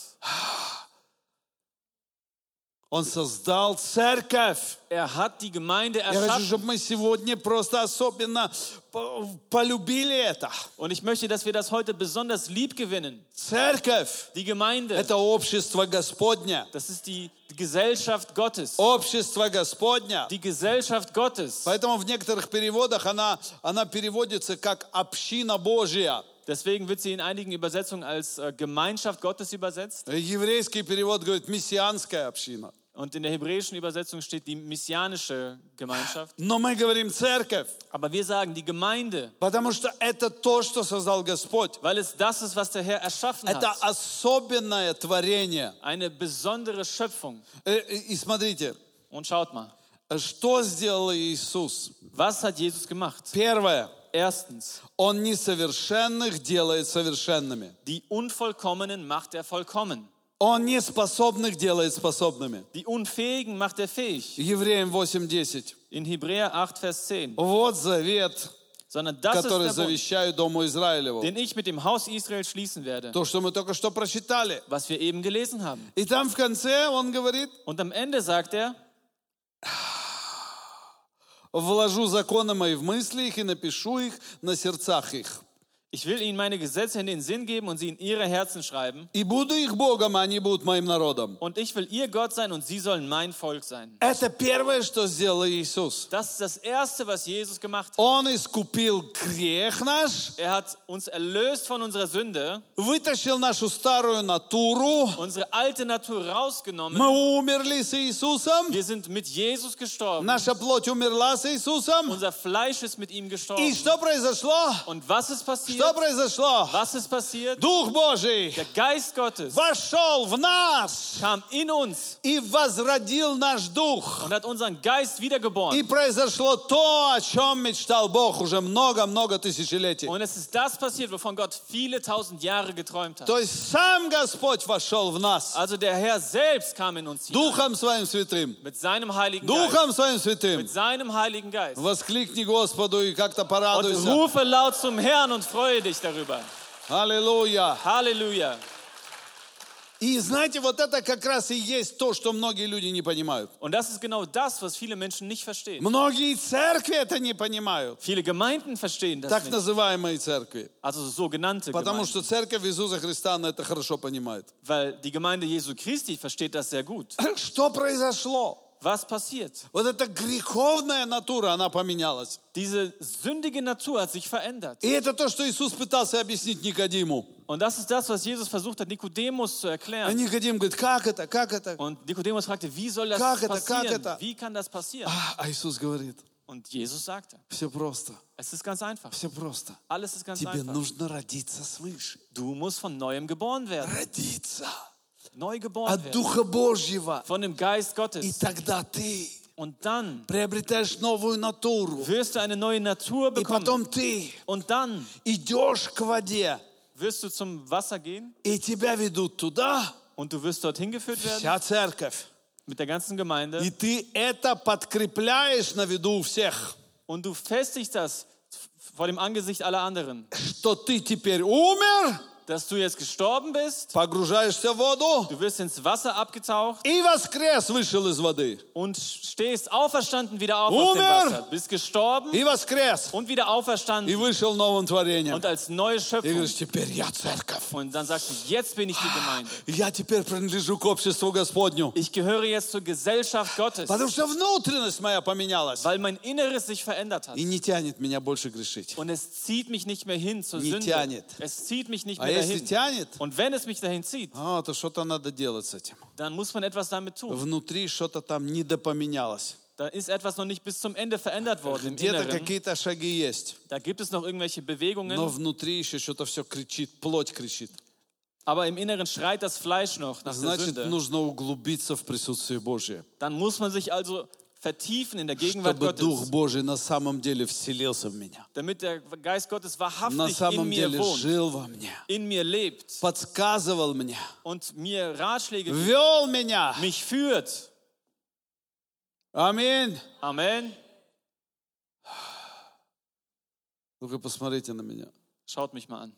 Speaker 1: Он создал церковь.
Speaker 2: Er hat die Gemeinde
Speaker 1: Я хочу,
Speaker 2: erschaffen.
Speaker 1: чтобы мы сегодня просто особенно по- полюбили это.
Speaker 2: Und ich möchte, dass wir das heute besonders lieb gewinnen.
Speaker 1: Церковь –
Speaker 2: Die Gemeinde,
Speaker 1: это общество Господня.
Speaker 2: das ist die Gesellschaft Gottes.
Speaker 1: Общество Господня.
Speaker 2: Die Gesellschaft Gottes.
Speaker 1: Поэтому в некоторых переводах она, она переводится как «община Божья».
Speaker 2: Deswegen wird sie in einigen Übersetzungen als äh, Gemeinschaft Gottes übersetzt.
Speaker 1: Еврейский перевод говорит «мессианская община».
Speaker 2: Und in der hebräischen Übersetzung steht die messianische Gemeinschaft.
Speaker 1: Но мы говорим «церковь»,
Speaker 2: Aber wir sagen die Gemeinde,
Speaker 1: потому что это то, что создал Господь.
Speaker 2: weil es das ist, was der Herr erschaffen
Speaker 1: Это
Speaker 2: hat.
Speaker 1: особенное творение.
Speaker 2: Eine besondere Schöpfung.
Speaker 1: Э, И и смотрите,
Speaker 2: Und schaut mal,
Speaker 1: что сделал Иисус?
Speaker 2: was hat Jesus gemacht?
Speaker 1: Первое.
Speaker 2: Erstens,
Speaker 1: Он несовершенных делает совершенными.
Speaker 2: die Unvollkommenen macht er vollkommen.
Speaker 1: Он неспособных делает способными.
Speaker 2: Die Unfähigen macht er fähig.
Speaker 1: Евреям 8.10.
Speaker 2: In Hebräer 8, Vers 10.
Speaker 1: Вот завет,
Speaker 2: Sondern das ist
Speaker 1: который
Speaker 2: der Bund,
Speaker 1: завещаю Дому Израилеву.
Speaker 2: den ich mit dem Haus Israel schließen werde,
Speaker 1: То, что мы только что прочитали.
Speaker 2: was wir eben gelesen haben.
Speaker 1: И там в конце он говорит,
Speaker 2: Und am Ende sagt er,
Speaker 1: «Вложу законы мои в мысли их и напишу их на сердцах их.
Speaker 2: Ich will ihnen meine Gesetze in den Sinn geben und sie in ihre Herzen schreiben.
Speaker 1: И буду их Богом, а они будут моим народом».
Speaker 2: Und ich will ihr Gott sein und sie sollen mein Volk sein.
Speaker 1: Это первое, что сделал Иисус.
Speaker 2: Das ist das Erste, was Jesus gemacht hat.
Speaker 1: Он искупил грех наш,
Speaker 2: Er hat uns erlöst von unserer Sünde,
Speaker 1: вытащил нашу старую натуру,
Speaker 2: unsere alte Natur rausgenommen.
Speaker 1: Мы умерли с Иисусом,
Speaker 2: Wir sind mit Jesus gestorben.
Speaker 1: наша плоть умерла с Иисусом.
Speaker 2: Unser Fleisch ist mit ihm
Speaker 1: И
Speaker 2: gestorben.
Speaker 1: что произошло?
Speaker 2: Und was ist
Speaker 1: Что
Speaker 2: passiert?
Speaker 1: произошло?
Speaker 2: Was ist passiert?
Speaker 1: Дух Божий
Speaker 2: Der Geist Gottes
Speaker 1: вошел в нас
Speaker 2: kam in uns
Speaker 1: и возродил наш дух.
Speaker 2: und hat unseren Geist
Speaker 1: И
Speaker 2: wiedergeboren.
Speaker 1: произошло то, о чем мечтал Бог уже много-много тысячелетий.
Speaker 2: Und es ist das passiert, wovon Gott viele tausend Jahre geträumt hat.
Speaker 1: То есть сам Господь вошел в нас
Speaker 2: Also der Herr selbst kam in uns hinein.
Speaker 1: Духом Своим Святым.
Speaker 2: Mit seinem Heiligen Geist.
Speaker 1: Духом Своим Святым.
Speaker 2: Mit seinem Heiligen Geist.
Speaker 1: Воскликни Господу и как-то
Speaker 2: Und
Speaker 1: порадуйся.
Speaker 2: rufe laut zum Herrn und freue dich darüber.
Speaker 1: Аллилуйя.
Speaker 2: Halleluja.
Speaker 1: И знаете, вот это как раз и есть то, что многие люди не понимают.
Speaker 2: Und das ist genau das, was viele Menschen nicht verstehen.
Speaker 1: Многие церкви это не понимают,
Speaker 2: Viele Gemeinden verstehen das
Speaker 1: так
Speaker 2: nicht.
Speaker 1: называемые церкви.
Speaker 2: Also sogenannte
Speaker 1: Потому
Speaker 2: Gemeinden.
Speaker 1: что церковь Иисуса Христа она это хорошо понимает.
Speaker 2: Weil die Gemeinde Jesu Christi versteht das sehr gut.
Speaker 1: Что произошло?
Speaker 2: Was passiert?
Speaker 1: Вот эта греховная натура, она поменялась.
Speaker 2: Diese sündige Natur hat sich verändert.
Speaker 1: И это то, что Иисус пытался объяснить Никодиму.
Speaker 2: Und das ist das, was Jesus versucht hat, Nikodemus zu
Speaker 1: А
Speaker 2: erklären.
Speaker 1: Никодим говорит, как это, как это?
Speaker 2: Und Nikodemus fragte, wie soll das
Speaker 1: Как это, как
Speaker 2: passieren?
Speaker 1: это?
Speaker 2: Wie kann das passieren?
Speaker 1: А а Иисус говорит,
Speaker 2: Und Jesus sagte,
Speaker 1: все просто,
Speaker 2: es ist ganz einfach.
Speaker 1: все просто.
Speaker 2: Alles ist ganz
Speaker 1: Тебе
Speaker 2: einfach.
Speaker 1: нужно родиться свыше.
Speaker 2: Du musst von neuem geboren werden.
Speaker 1: Родиться
Speaker 2: Neu geboren
Speaker 1: от
Speaker 2: werden.
Speaker 1: Духа Божьего.
Speaker 2: Von dem Geist
Speaker 1: И
Speaker 2: Gottes.
Speaker 1: тогда ты
Speaker 2: Und dann
Speaker 1: приобретаешь новую натуру.
Speaker 2: wirst du eine neue Natur
Speaker 1: И
Speaker 2: bekommen.
Speaker 1: потом ты
Speaker 2: Und dann
Speaker 1: идешь к воде,
Speaker 2: wirst du zum Wasser gehen
Speaker 1: и тебя ведут туда
Speaker 2: und du wirst dorthin geführt werden.
Speaker 1: вся церковь.
Speaker 2: mit der ganzen Gemeinde
Speaker 1: И ты это подкрепляешь на виду у всех,
Speaker 2: und du festigst das vor dem Angesicht aller anderen,
Speaker 1: что ты теперь умер,
Speaker 2: dass du jetzt gestorben bist,
Speaker 1: погружаешься в воду
Speaker 2: du wirst ins Wasser abgetaucht
Speaker 1: и воскрес, вышел из воды.
Speaker 2: und stehst auferstanden wieder auf aus dem
Speaker 1: Hunger!
Speaker 2: Wasser, bist gestorben
Speaker 1: И воскрес,
Speaker 2: und wieder
Speaker 1: и
Speaker 2: auferstanden
Speaker 1: вышел новым творением.
Speaker 2: und als neue
Speaker 1: И
Speaker 2: Schöpfung.
Speaker 1: говоришь, теперь я церковь.
Speaker 2: Und dann sagst du, jetzt bin ich die Gemeinde.
Speaker 1: Я теперь принадлежу к обществу Господню.
Speaker 2: Ich gehöre jetzt zur Gesellschaft Gottes,
Speaker 1: Потому что внутренность моя поменялась.
Speaker 2: weil mein Inneres sich verändert hat.
Speaker 1: И не тянет меня больше грешить.
Speaker 2: Und es zieht mich nicht mehr hin zur
Speaker 1: Не
Speaker 2: Sünde.
Speaker 1: тянет.
Speaker 2: Es zieht mich nicht
Speaker 1: А
Speaker 2: mehr
Speaker 1: если
Speaker 2: dahin.
Speaker 1: тянет,
Speaker 2: Und wenn es mich dahin zieht,
Speaker 1: а, то что-то надо делать с этим.
Speaker 2: dann muss man etwas damit tun.
Speaker 1: Внутри что-то там недопоменялось.
Speaker 2: Da ist etwas noch nicht bis zum Ende verändert worden im
Speaker 1: Где-то
Speaker 2: Inneren.
Speaker 1: какие-то шаги есть,
Speaker 2: Da gibt es noch irgendwelche
Speaker 1: но
Speaker 2: Bewegungen,
Speaker 1: внутри еще что-то все кричит, плоть кричит.
Speaker 2: aber im Inneren schreit das Fleisch noch nach der
Speaker 1: Значит,
Speaker 2: Sünde.
Speaker 1: нужно углубиться в присутствие Божие,
Speaker 2: Dann muss man sich also vertiefen in der Gegenwart
Speaker 1: чтобы Дух
Speaker 2: Gottes,
Speaker 1: Божий на самом деле вселился в меня.
Speaker 2: damit der Geist Gottes
Speaker 1: На
Speaker 2: wahrhaftig in
Speaker 1: самом
Speaker 2: mir
Speaker 1: деле
Speaker 2: wohnt,
Speaker 1: жил во мне,
Speaker 2: in mir lebt
Speaker 1: подсказывал мне,
Speaker 2: und mir Ratschläge gibt,
Speaker 1: вел меня.
Speaker 2: mich führt.
Speaker 1: Аминь.
Speaker 2: Amen.
Speaker 1: Ну-ка посмотрите на меня.
Speaker 2: Schaut mich mal an.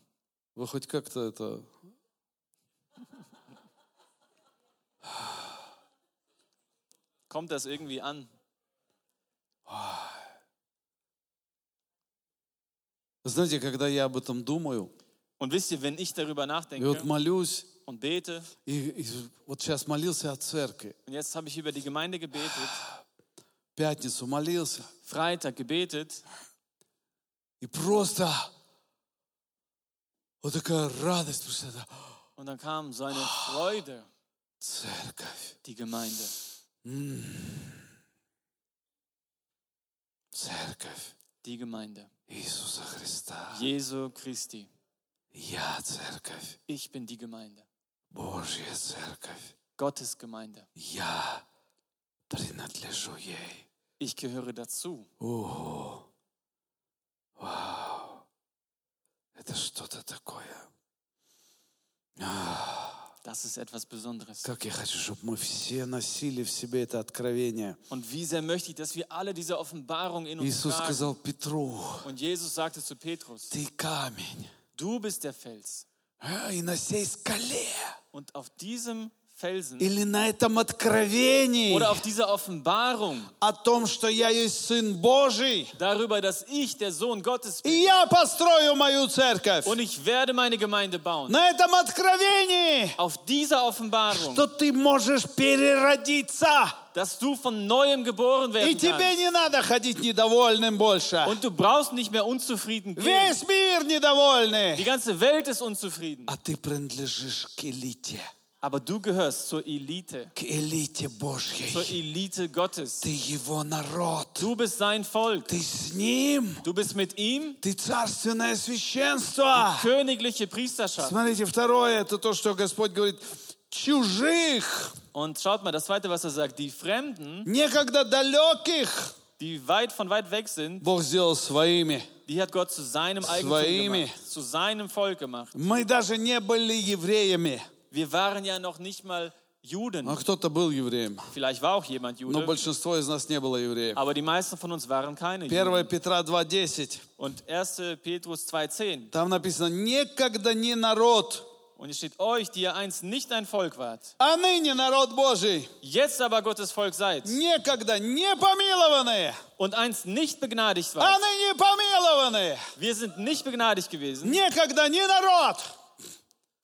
Speaker 1: Вы хоть как-то это...
Speaker 2: Kommt das irgendwie an?
Speaker 1: Знаете, когда я об этом думаю,
Speaker 2: Und wisst ihr, wenn ich darüber
Speaker 1: и вот
Speaker 2: nachdenke
Speaker 1: молюсь,
Speaker 2: und bete,
Speaker 1: и, и вот сейчас молился о церкви,
Speaker 2: und jetzt habe ich über die Gemeinde gebetet,
Speaker 1: в пятницу молился,
Speaker 2: Freitag gebetet,
Speaker 1: и просто вот такая радость, потому что это
Speaker 2: und dann kam so eine Freude,
Speaker 1: церковь,
Speaker 2: die Gemeinde.
Speaker 1: церковь
Speaker 2: Die Gemeinde.
Speaker 1: Иисуса Христа.
Speaker 2: Jesu Christi.
Speaker 1: Я церковь,
Speaker 2: Ich bin die Gemeinde.
Speaker 1: Божья церковь.
Speaker 2: Gottes Gemeinde.
Speaker 1: Я принадлежу ей.
Speaker 2: Ich gehöre dazu.
Speaker 1: Ого! Вау! Это что-то такое.
Speaker 2: Das ist etwas Besonderes.
Speaker 1: Как я хочу, чтобы мы все носили в себе это откровение.
Speaker 2: Und wie sehr möchte ich, dass wir alle diese Offenbarung in uns
Speaker 1: Иисус
Speaker 2: tragen.
Speaker 1: сказал Петру,
Speaker 2: Und Jesus sagte zu Petrus,
Speaker 1: ты камень,
Speaker 2: du bist der Fels.
Speaker 1: а, и на сей скале,
Speaker 2: Und auf diesem Felsen
Speaker 1: или на этом откровении
Speaker 2: oder auf dieser Offenbarung
Speaker 1: о том, что я есть Сын Божий,
Speaker 2: darüber, dass ich der Sohn Gottes
Speaker 1: и
Speaker 2: bin
Speaker 1: я построю мою церковь.
Speaker 2: und ich werde meine Gemeinde bauen.
Speaker 1: На этом откровении,
Speaker 2: Auf dieser Offenbarung,
Speaker 1: что ты можешь переродиться,
Speaker 2: dass du von neuem geboren
Speaker 1: и
Speaker 2: werden
Speaker 1: тебе
Speaker 2: kannst.
Speaker 1: не надо ходить недовольным больше.
Speaker 2: Und du brauchst nicht mehr unzufrieden gehen.
Speaker 1: Весь мир
Speaker 2: Die
Speaker 1: недовольный.
Speaker 2: ganze Welt ist unzufrieden.
Speaker 1: А ты принадлежишь к элите,
Speaker 2: Aber du gehörst zur Elite,
Speaker 1: к элите
Speaker 2: zur
Speaker 1: Божьей.
Speaker 2: Elite Gottes.
Speaker 1: Ты его народ.
Speaker 2: Du bist sein Volk.
Speaker 1: Ты с ним.
Speaker 2: Du bist mit ihm
Speaker 1: Ты царственное священство.
Speaker 2: königliche Priesterschaft.
Speaker 1: Смотрите, второе, это то, что Господь говорит, чужих,
Speaker 2: Und schaut mal, das zweite, was er sagt, die Fremden,
Speaker 1: некогда далеких,
Speaker 2: die weit von weit weg sind,
Speaker 1: Бог сделал своими.
Speaker 2: die hat Gott zu seinem Eigentum
Speaker 1: Своими.
Speaker 2: gemacht, zu seinem Volk gemacht.
Speaker 1: Мы даже не были евреями.
Speaker 2: Wir waren ja noch nicht mal Juden.
Speaker 1: А кто-то был евреем,
Speaker 2: Vielleicht war auch jemand
Speaker 1: но
Speaker 2: Jude,
Speaker 1: большинство из нас не было евреев.
Speaker 2: aber die meisten von uns waren keine
Speaker 1: 1
Speaker 2: Juden.
Speaker 1: Петра 2.10,
Speaker 2: Und 1. Petrus 2,10.
Speaker 1: там написано, некогда не народ,
Speaker 2: Und hier steht, euch, die ihr einst nicht ein Volk wart,
Speaker 1: а ныне народ Божий,
Speaker 2: jetzt aber Gottes Volk seid
Speaker 1: некогда не помилованные,
Speaker 2: und einst nicht begnadigt wart.
Speaker 1: а ныне помилованные,
Speaker 2: Wir sind nicht begnadigt gewesen.
Speaker 1: некогда не народ.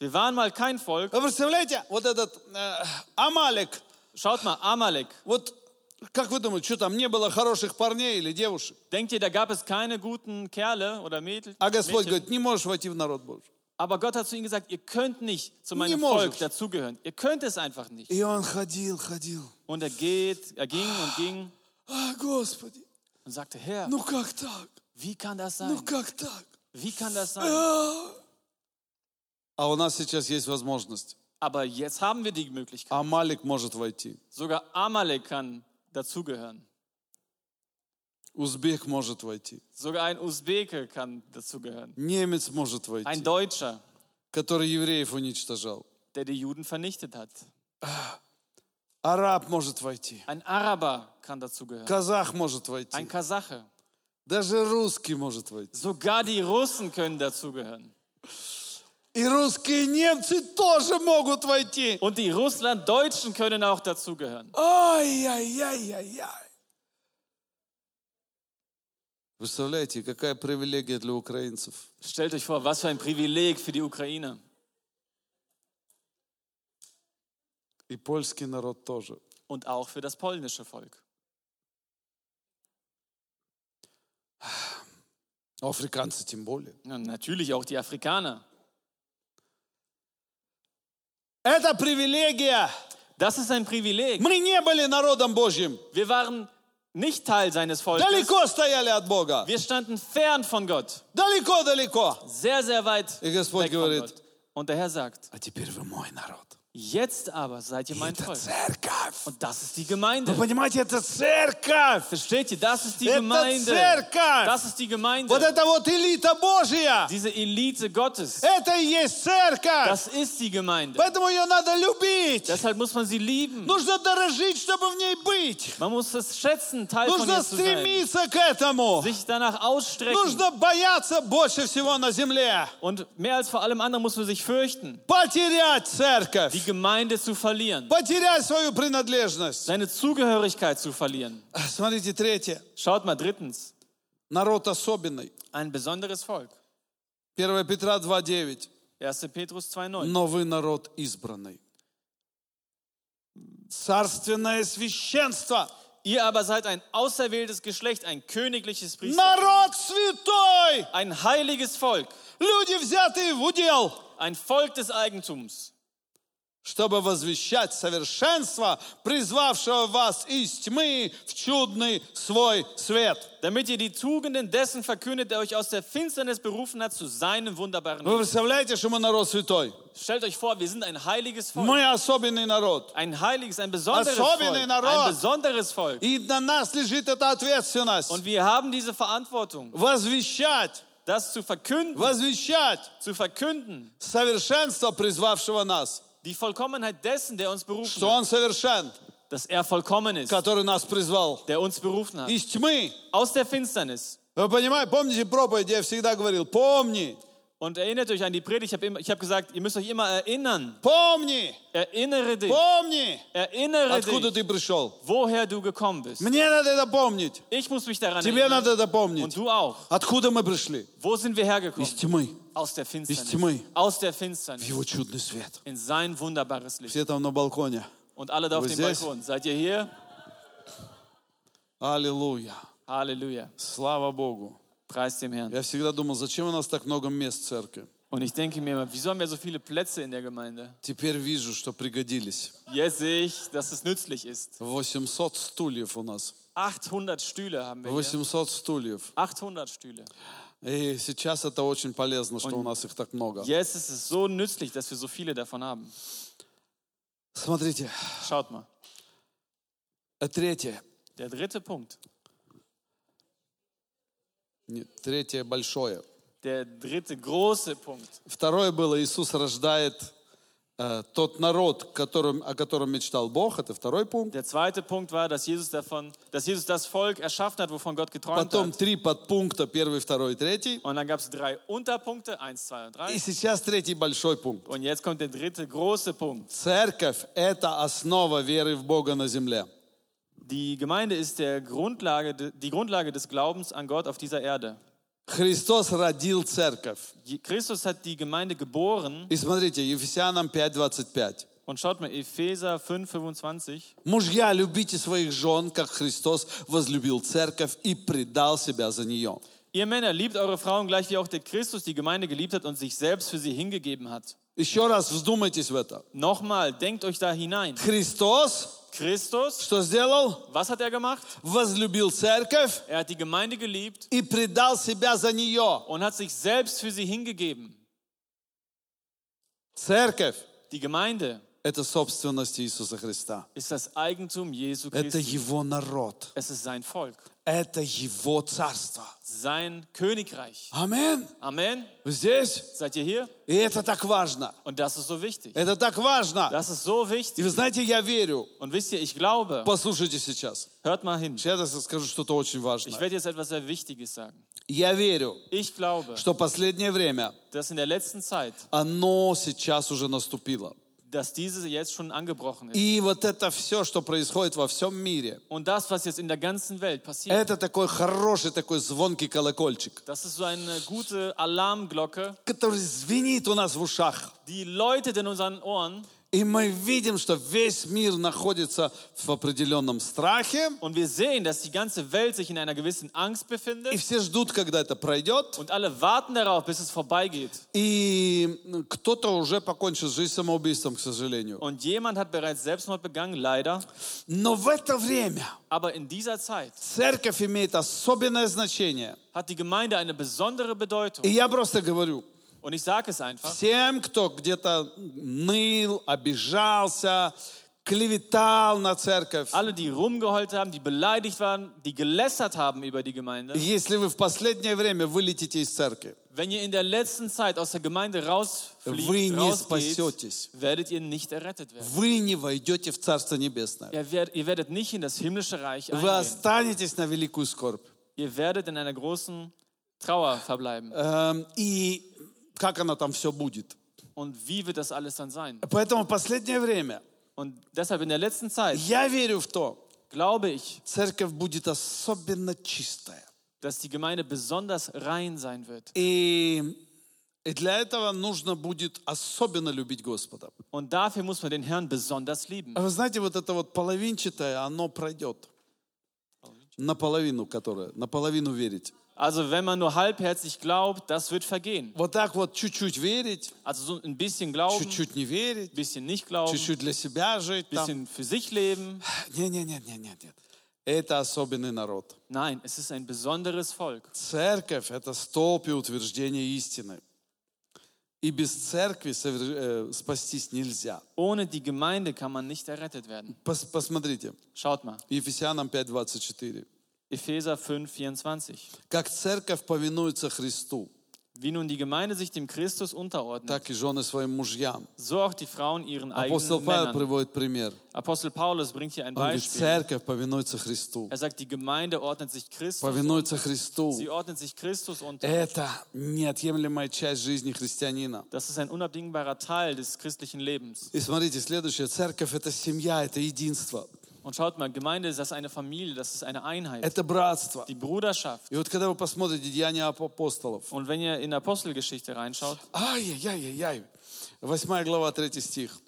Speaker 2: Wir waren mal kein Volk.
Speaker 1: Вы представляете, вот этот э, Амалик,
Speaker 2: Schaut mal, Amalek.
Speaker 1: Вот как вы думаете, что там не было хороших парней или девушек?
Speaker 2: Denkt ihr, da gab es keine guten Kerle oder Mädel?
Speaker 1: А Господь
Speaker 2: Mädchen?
Speaker 1: говорит, не можешь войти в народ Божий.
Speaker 2: Aber Gott hat zu ihnen gesagt, ihr könnt nicht zu meinem
Speaker 1: Nie
Speaker 2: Volk
Speaker 1: możesz.
Speaker 2: dazugehören. Ihr könnt es einfach nicht.
Speaker 1: И он ходил, ходил.
Speaker 2: Und er geht, er ging und ging
Speaker 1: А, Господи,
Speaker 2: und sagte, Herr,
Speaker 1: ну как так?
Speaker 2: wie kann das
Speaker 1: Ну
Speaker 2: sein?
Speaker 1: как так?
Speaker 2: Wie kann das sein?
Speaker 1: А у нас сейчас есть возможность.
Speaker 2: Aber jetzt haben wir die Möglichkeit.
Speaker 1: Амалик может войти.
Speaker 2: Sogar Amalek kann dazugehören.
Speaker 1: Узбек может войти.
Speaker 2: Sogar ein Usbeke kann dazugehören.
Speaker 1: Немец может войти,
Speaker 2: Ein Deutscher,
Speaker 1: который евреев уничтожал.
Speaker 2: der die Juden vernichtet hat.
Speaker 1: Араб может войти.
Speaker 2: Ein Araber kann dazugehören.
Speaker 1: Казах может войти.
Speaker 2: Ein Kasache.
Speaker 1: Даже русский может войти.
Speaker 2: Sogar die Russen können dazugehören.
Speaker 1: И русские немцы тоже могут войти.
Speaker 2: Und die Russlanddeutschen können auch dazugehören.
Speaker 1: Ай-яй-яй-яй-яй. Представляете, какая привилегия для украинцев.
Speaker 2: Stellt euch vor, was für ein Privileg für die Ukrainer.
Speaker 1: И польский народ тоже.
Speaker 2: Und auch für das polnische Volk.
Speaker 1: А африканцы тем более.
Speaker 2: Und natürlich auch die Afrikaner.
Speaker 1: Это привилегия.
Speaker 2: Das ist ein Privileg.
Speaker 1: Мы не были народом Божьим.
Speaker 2: Wir waren nicht Teil seines Volkes.
Speaker 1: Далеко стояли от Бога.
Speaker 2: Wir standen fern von Gott.
Speaker 1: Далеко-далеко.
Speaker 2: Sehr, sehr weit
Speaker 1: И Господь
Speaker 2: weg von
Speaker 1: говорит,
Speaker 2: Gott. Und der Herr sagt,
Speaker 1: а теперь вы мой народ.
Speaker 2: jetzt aber seid ihr
Speaker 1: И
Speaker 2: mein
Speaker 1: это
Speaker 2: Volk.
Speaker 1: церковь.
Speaker 2: Und das ist die
Speaker 1: Вы
Speaker 2: Gemeinde.
Speaker 1: понимаете, это церковь.
Speaker 2: Versteht ihr? Das ist die
Speaker 1: Это
Speaker 2: Gemeinde.
Speaker 1: церковь.
Speaker 2: Das ist die
Speaker 1: Вот
Speaker 2: Gemeinde.
Speaker 1: это вот элита Божья.
Speaker 2: Diese Elite Gottes.
Speaker 1: Это и есть церковь.
Speaker 2: Das ist die Gemeinde.
Speaker 1: Поэтому ее надо любить.
Speaker 2: Deshalb muss man sie lieben.
Speaker 1: Нужно дорожить, чтобы в ней быть.
Speaker 2: Man muss es schätzen, Teil von
Speaker 1: Нужно
Speaker 2: ihr zu sein.
Speaker 1: стремиться к этому.
Speaker 2: Sich danach ausstrecken.
Speaker 1: Нужно бояться больше всего на земле.
Speaker 2: Und mehr als vor allem anderen muss man sich fürchten,
Speaker 1: Потерять
Speaker 2: die
Speaker 1: церковь.
Speaker 2: Gemeinde zu verlieren.
Speaker 1: Потерять свою принадлежность.
Speaker 2: Seine Zugehörigkeit zu verlieren.
Speaker 1: Смотрите, третье.
Speaker 2: Schaut mal, drittens.
Speaker 1: Народ особенный.
Speaker 2: Ein besonderes Volk.
Speaker 1: 1 Петра 2.9.
Speaker 2: 1. Petrus 2,9.
Speaker 1: Но вы народ избранный. Царственное священство.
Speaker 2: Ihr aber seid ein auserwähltes Geschlecht, ein königliches Priester,
Speaker 1: Народ святой.
Speaker 2: ein heiliges Volk,
Speaker 1: Люди, взятые в удел,
Speaker 2: ein Volk des Eigentums,
Speaker 1: чтобы возвещать совершенство, призвавшего вас из тьмы в чудный свой свет.
Speaker 2: damit ihr die Tugenden dessen verkündet, der euch aus der Finsternis berufen hat zu seinem wunderbaren
Speaker 1: Вы
Speaker 2: Licht.
Speaker 1: представляете, что мы народ святой?
Speaker 2: Stellt euch vor, wir sind ein heiliges Volk.
Speaker 1: Мы особенный народ.
Speaker 2: Ein heiliges, ein besonderes Volk.
Speaker 1: Особенный народ.
Speaker 2: Ein besonderes Volk.
Speaker 1: И на нас лежит эта
Speaker 2: Und
Speaker 1: ответственность.
Speaker 2: wir haben diese Verantwortung,
Speaker 1: Возвещать,
Speaker 2: das zu verkünden,
Speaker 1: возвещать
Speaker 2: zu verkünden,
Speaker 1: совершенство призвавшего нас.
Speaker 2: die Vollkommenheit dessen, der uns berufen
Speaker 1: Что
Speaker 2: hat,
Speaker 1: Он совершен,
Speaker 2: dass er vollkommen ist,
Speaker 1: который нас призвал
Speaker 2: der uns berufen hat.
Speaker 1: из тьмы.
Speaker 2: Aus der Finsternis.
Speaker 1: Вы понимаете, помните проповедь, я всегда говорил, помни,
Speaker 2: Und erinnert euch an die Predigt. Ich habe immer- ich hab gesagt, ihr müsst euch immer erinnern.
Speaker 1: помни,
Speaker 2: Erinnere dich.
Speaker 1: помни,
Speaker 2: Erinnere
Speaker 1: откуда
Speaker 2: dich,
Speaker 1: ты пришел.
Speaker 2: woher du gekommen bist.
Speaker 1: Мне надо это помнить.
Speaker 2: Ich muss mich daran
Speaker 1: Тебе
Speaker 2: erinnern.
Speaker 1: надо это
Speaker 2: Und
Speaker 1: помнить.
Speaker 2: du auch.
Speaker 1: Откуда мы пришли?
Speaker 2: Wo sind wir
Speaker 1: Из
Speaker 2: hergekommen?
Speaker 1: тьмы
Speaker 2: Aus der
Speaker 1: tьмы.
Speaker 2: Finsternis. Aus der
Speaker 1: в
Speaker 2: Finsternis.
Speaker 1: его чудный свет.
Speaker 2: In sein wunderbares Licht.
Speaker 1: Все там на балконе.
Speaker 2: Und alle da auf
Speaker 1: Wo
Speaker 2: dem
Speaker 1: ist es?
Speaker 2: Balkon. Seid ihr hier?
Speaker 1: Аллилуйя.
Speaker 2: Halleluja.
Speaker 1: Слава Богу.
Speaker 2: Preis dem Herrn.
Speaker 1: Я всегда думал, зачем у нас так много мест в церкви?
Speaker 2: Und ich denke mir immer, wieso haben wir so viele Plätze in der Gemeinde?
Speaker 1: Теперь вижу, что пригодились.
Speaker 2: Jetzt sehe ich, dass es nützlich ist.
Speaker 1: 800 стульев у нас.
Speaker 2: 800 Stühle haben wir hier.
Speaker 1: 800 стульев.
Speaker 2: 800 Stühle.
Speaker 1: И сейчас это очень полезно, что у нас их так много.
Speaker 2: Jetzt ist es so nützlich, dass wir so viele davon haben.
Speaker 1: Смотрите,
Speaker 2: Schaut mal.
Speaker 1: э, третье.
Speaker 2: Der dritte Punkt.
Speaker 1: Нет, третье большое.
Speaker 2: Der dritte große Punkt.
Speaker 1: Второе было, Иисус рождает э, тот народ, которым, о котором мечтал Бог. Это второй пункт.
Speaker 2: Der zweite Punkt war, dass Jesus, davon, dass Jesus das Volk erschaffen hat, wovon Gott geträumt
Speaker 1: Потом
Speaker 2: hat.
Speaker 1: три подпункта, первый, второй, третий.
Speaker 2: Und dann gab es drei Unterpunkte, eins, zwei und
Speaker 1: И
Speaker 2: drei.
Speaker 1: сейчас третий большой пункт.
Speaker 2: Und jetzt kommt der dritte große Punkt.
Speaker 1: Церковь – это основа веры в Бога на земле.
Speaker 2: Die Gemeinde ist der Grundlage, de- die Grundlage des Glaubens an Gott auf dieser Erde.
Speaker 1: Христос родил церковь.
Speaker 2: Je- Christus hat die Gemeinde geboren
Speaker 1: И смотрите, Ефесянам 5.25.
Speaker 2: und schaut mal, Epheser 5, 25.
Speaker 1: Мужья, любите своих жен, как Христос возлюбил церковь и предал себя за нее.
Speaker 2: Ihr Männer, liebt eure Frauen gleich wie auch der Christus die Gemeinde geliebt hat und sich selbst für sie hingegeben hat.
Speaker 1: Еще раз вздумайтесь в это.
Speaker 2: Nochmal, denkt euch da hinein.
Speaker 1: Христос
Speaker 2: Christus,
Speaker 1: что сделал?
Speaker 2: was hat er gemacht?
Speaker 1: Возлюбил церковь
Speaker 2: Er hat die Gemeinde geliebt
Speaker 1: и предал себя за нее.
Speaker 2: und hat sich selbst für sie hingegeben.
Speaker 1: Церковь
Speaker 2: Die Gemeinde
Speaker 1: – это собственность Иисуса Христа.
Speaker 2: ist das Eigentum Jesu
Speaker 1: Это
Speaker 2: Christi.
Speaker 1: Его народ.
Speaker 2: Es ist sein Volk.
Speaker 1: Это Его царство.
Speaker 2: sein Königreich.
Speaker 1: Амин.
Speaker 2: Amen.
Speaker 1: Вы здесь?
Speaker 2: Seid ihr hier?
Speaker 1: И это так важно.
Speaker 2: Und das ist so wichtig.
Speaker 1: Это так важно.
Speaker 2: Das ist so
Speaker 1: И
Speaker 2: wichtig.
Speaker 1: вы знаете, я верю.
Speaker 2: Und wisst ihr, ich glaube,
Speaker 1: Послушайте сейчас.
Speaker 2: hört mal hin.
Speaker 1: Я сейчас скажу что-то очень
Speaker 2: Ich
Speaker 1: важное.
Speaker 2: werde jetzt etwas sehr Wichtiges sagen.
Speaker 1: Я верю,
Speaker 2: Ich glaube,
Speaker 1: что последнее время,
Speaker 2: dass in der letzten Zeit,
Speaker 1: оно сейчас уже наступило.
Speaker 2: dass diese jetzt schon angebrochen ist.
Speaker 1: И вот это все, что происходит во всем мире,
Speaker 2: Und das, was jetzt in der ganzen Welt passiert,
Speaker 1: это такой хороший, такой звонкий колокольчик,
Speaker 2: das ist so eine gute Alarmglocke,
Speaker 1: который звенит у нас в ушах.
Speaker 2: die läutet in unseren Ohren
Speaker 1: И мы видим, что весь мир находится в определенном страхе,
Speaker 2: und wir sehen, dass die ganze Welt sich in einer gewissen Angst
Speaker 1: и
Speaker 2: befindet
Speaker 1: все ждут, когда это пройдет.
Speaker 2: und alle warten darauf, bis es vorbeigeht.
Speaker 1: И кто-то уже покончит жизнь самоубийством, к сожалению.
Speaker 2: Und jemand hat bereits Selbstmord begangen, leider.
Speaker 1: Но в это время
Speaker 2: Aber in dieser Zeit
Speaker 1: церковь имеет особенное значение.
Speaker 2: hat die Gemeinde eine besondere Bedeutung.
Speaker 1: И я просто говорю,
Speaker 2: Und ich sage es einfach,
Speaker 1: всем, кто где-то ныл, обижался, клеветал на церковь,
Speaker 2: alle, die rumgeheult haben, die beleidigt waren, die gelästert haben über die Gemeinde,
Speaker 1: если вы в последнее время вылетите из церкви,
Speaker 2: wenn ihr in der letzten Zeit aus der Gemeinde
Speaker 1: Вы
Speaker 2: rausfliegt,
Speaker 1: не спасетесь.
Speaker 2: rausgeht, werdet ihr nicht errettet werden.
Speaker 1: вы не войдете в Царство Небесное.
Speaker 2: Ihr werdet, ihr werdet nicht in das himmlische Reich
Speaker 1: Вы
Speaker 2: eingehen.
Speaker 1: останетесь на великую скорбь.
Speaker 2: Ihr werdet in einer großen Trauer verbleiben.
Speaker 1: Эм, И как оно там все будет.
Speaker 2: Und wie wird das alles dann sein?
Speaker 1: Поэтому в последнее время
Speaker 2: Und deshalb in der letzten Zeit
Speaker 1: я верю в то,
Speaker 2: glaube ich,
Speaker 1: церковь будет особенно чистая.
Speaker 2: dass die Gemeinde besonders rein sein wird.
Speaker 1: И, и для этого нужно будет особенно любить Господа.
Speaker 2: Und dafür muss man den Herrn besonders lieben.
Speaker 1: А Вы знаете, вот это вот половинчатое, оно пройдет. Наполовину, которое, наполовину верить.
Speaker 2: Also wenn man nur halbherzig glaubt, das wird vergehen.
Speaker 1: Вот так вот чуть-чуть верить,
Speaker 2: Also so ein bisschen glauben, ein
Speaker 1: чуть-чуть не верить,
Speaker 2: bisschen nicht glauben, ein
Speaker 1: чуть-чуть для себя жить. Там.
Speaker 2: bisschen für sich leben.
Speaker 1: Нет, нет, нет, нет, нет, нет. Это особенный народ.
Speaker 2: Nein, es ist ein besonderes Volk.
Speaker 1: Церковь – это столб и утверждение истины. И без церкви совер- э, спастись нельзя.
Speaker 2: Ohne die Gemeinde kann man nicht errettet werden.
Speaker 1: Пос- посмотрите,
Speaker 2: Schaut mal,
Speaker 1: Ефесянам 5.24.
Speaker 2: Epheser 5, 24.
Speaker 1: Как церковь повинуется Христу,
Speaker 2: Wie nun die Gemeinde sich dem Christus unterordnet,
Speaker 1: так и жены своим мужьям.
Speaker 2: so auch die Frauen ihren
Speaker 1: Апостол
Speaker 2: eigenen
Speaker 1: Павел
Speaker 2: Männern.
Speaker 1: приводит пример.
Speaker 2: Apostel Paulus bringt hier ein
Speaker 1: Он говорит,
Speaker 2: Beispiel.
Speaker 1: церковь повинуется Христу.
Speaker 2: Er sagt, die Gemeinde ordnet sich Christus,
Speaker 1: Повинуется Христу.
Speaker 2: sie ordnet sich Christus unter.
Speaker 1: Это неотъемлемая часть жизни христианина.
Speaker 2: Das ist ein unabdingbarer Teil des christlichen Lebens.
Speaker 1: И смотрите, следующее. Церковь – это семья, это единство,
Speaker 2: Und schaut mal, Gemeinde ist das eine Familie, das ist eine Einheit,
Speaker 1: это братство.
Speaker 2: die Bruderschaft.
Speaker 1: И вот когда вы посмотрите Деяния ап- апостолов,
Speaker 2: Und wenn ihr in Apostelgeschichte reinschaut,
Speaker 1: ай-яй-яй-яй, 8 глава, 3 стих.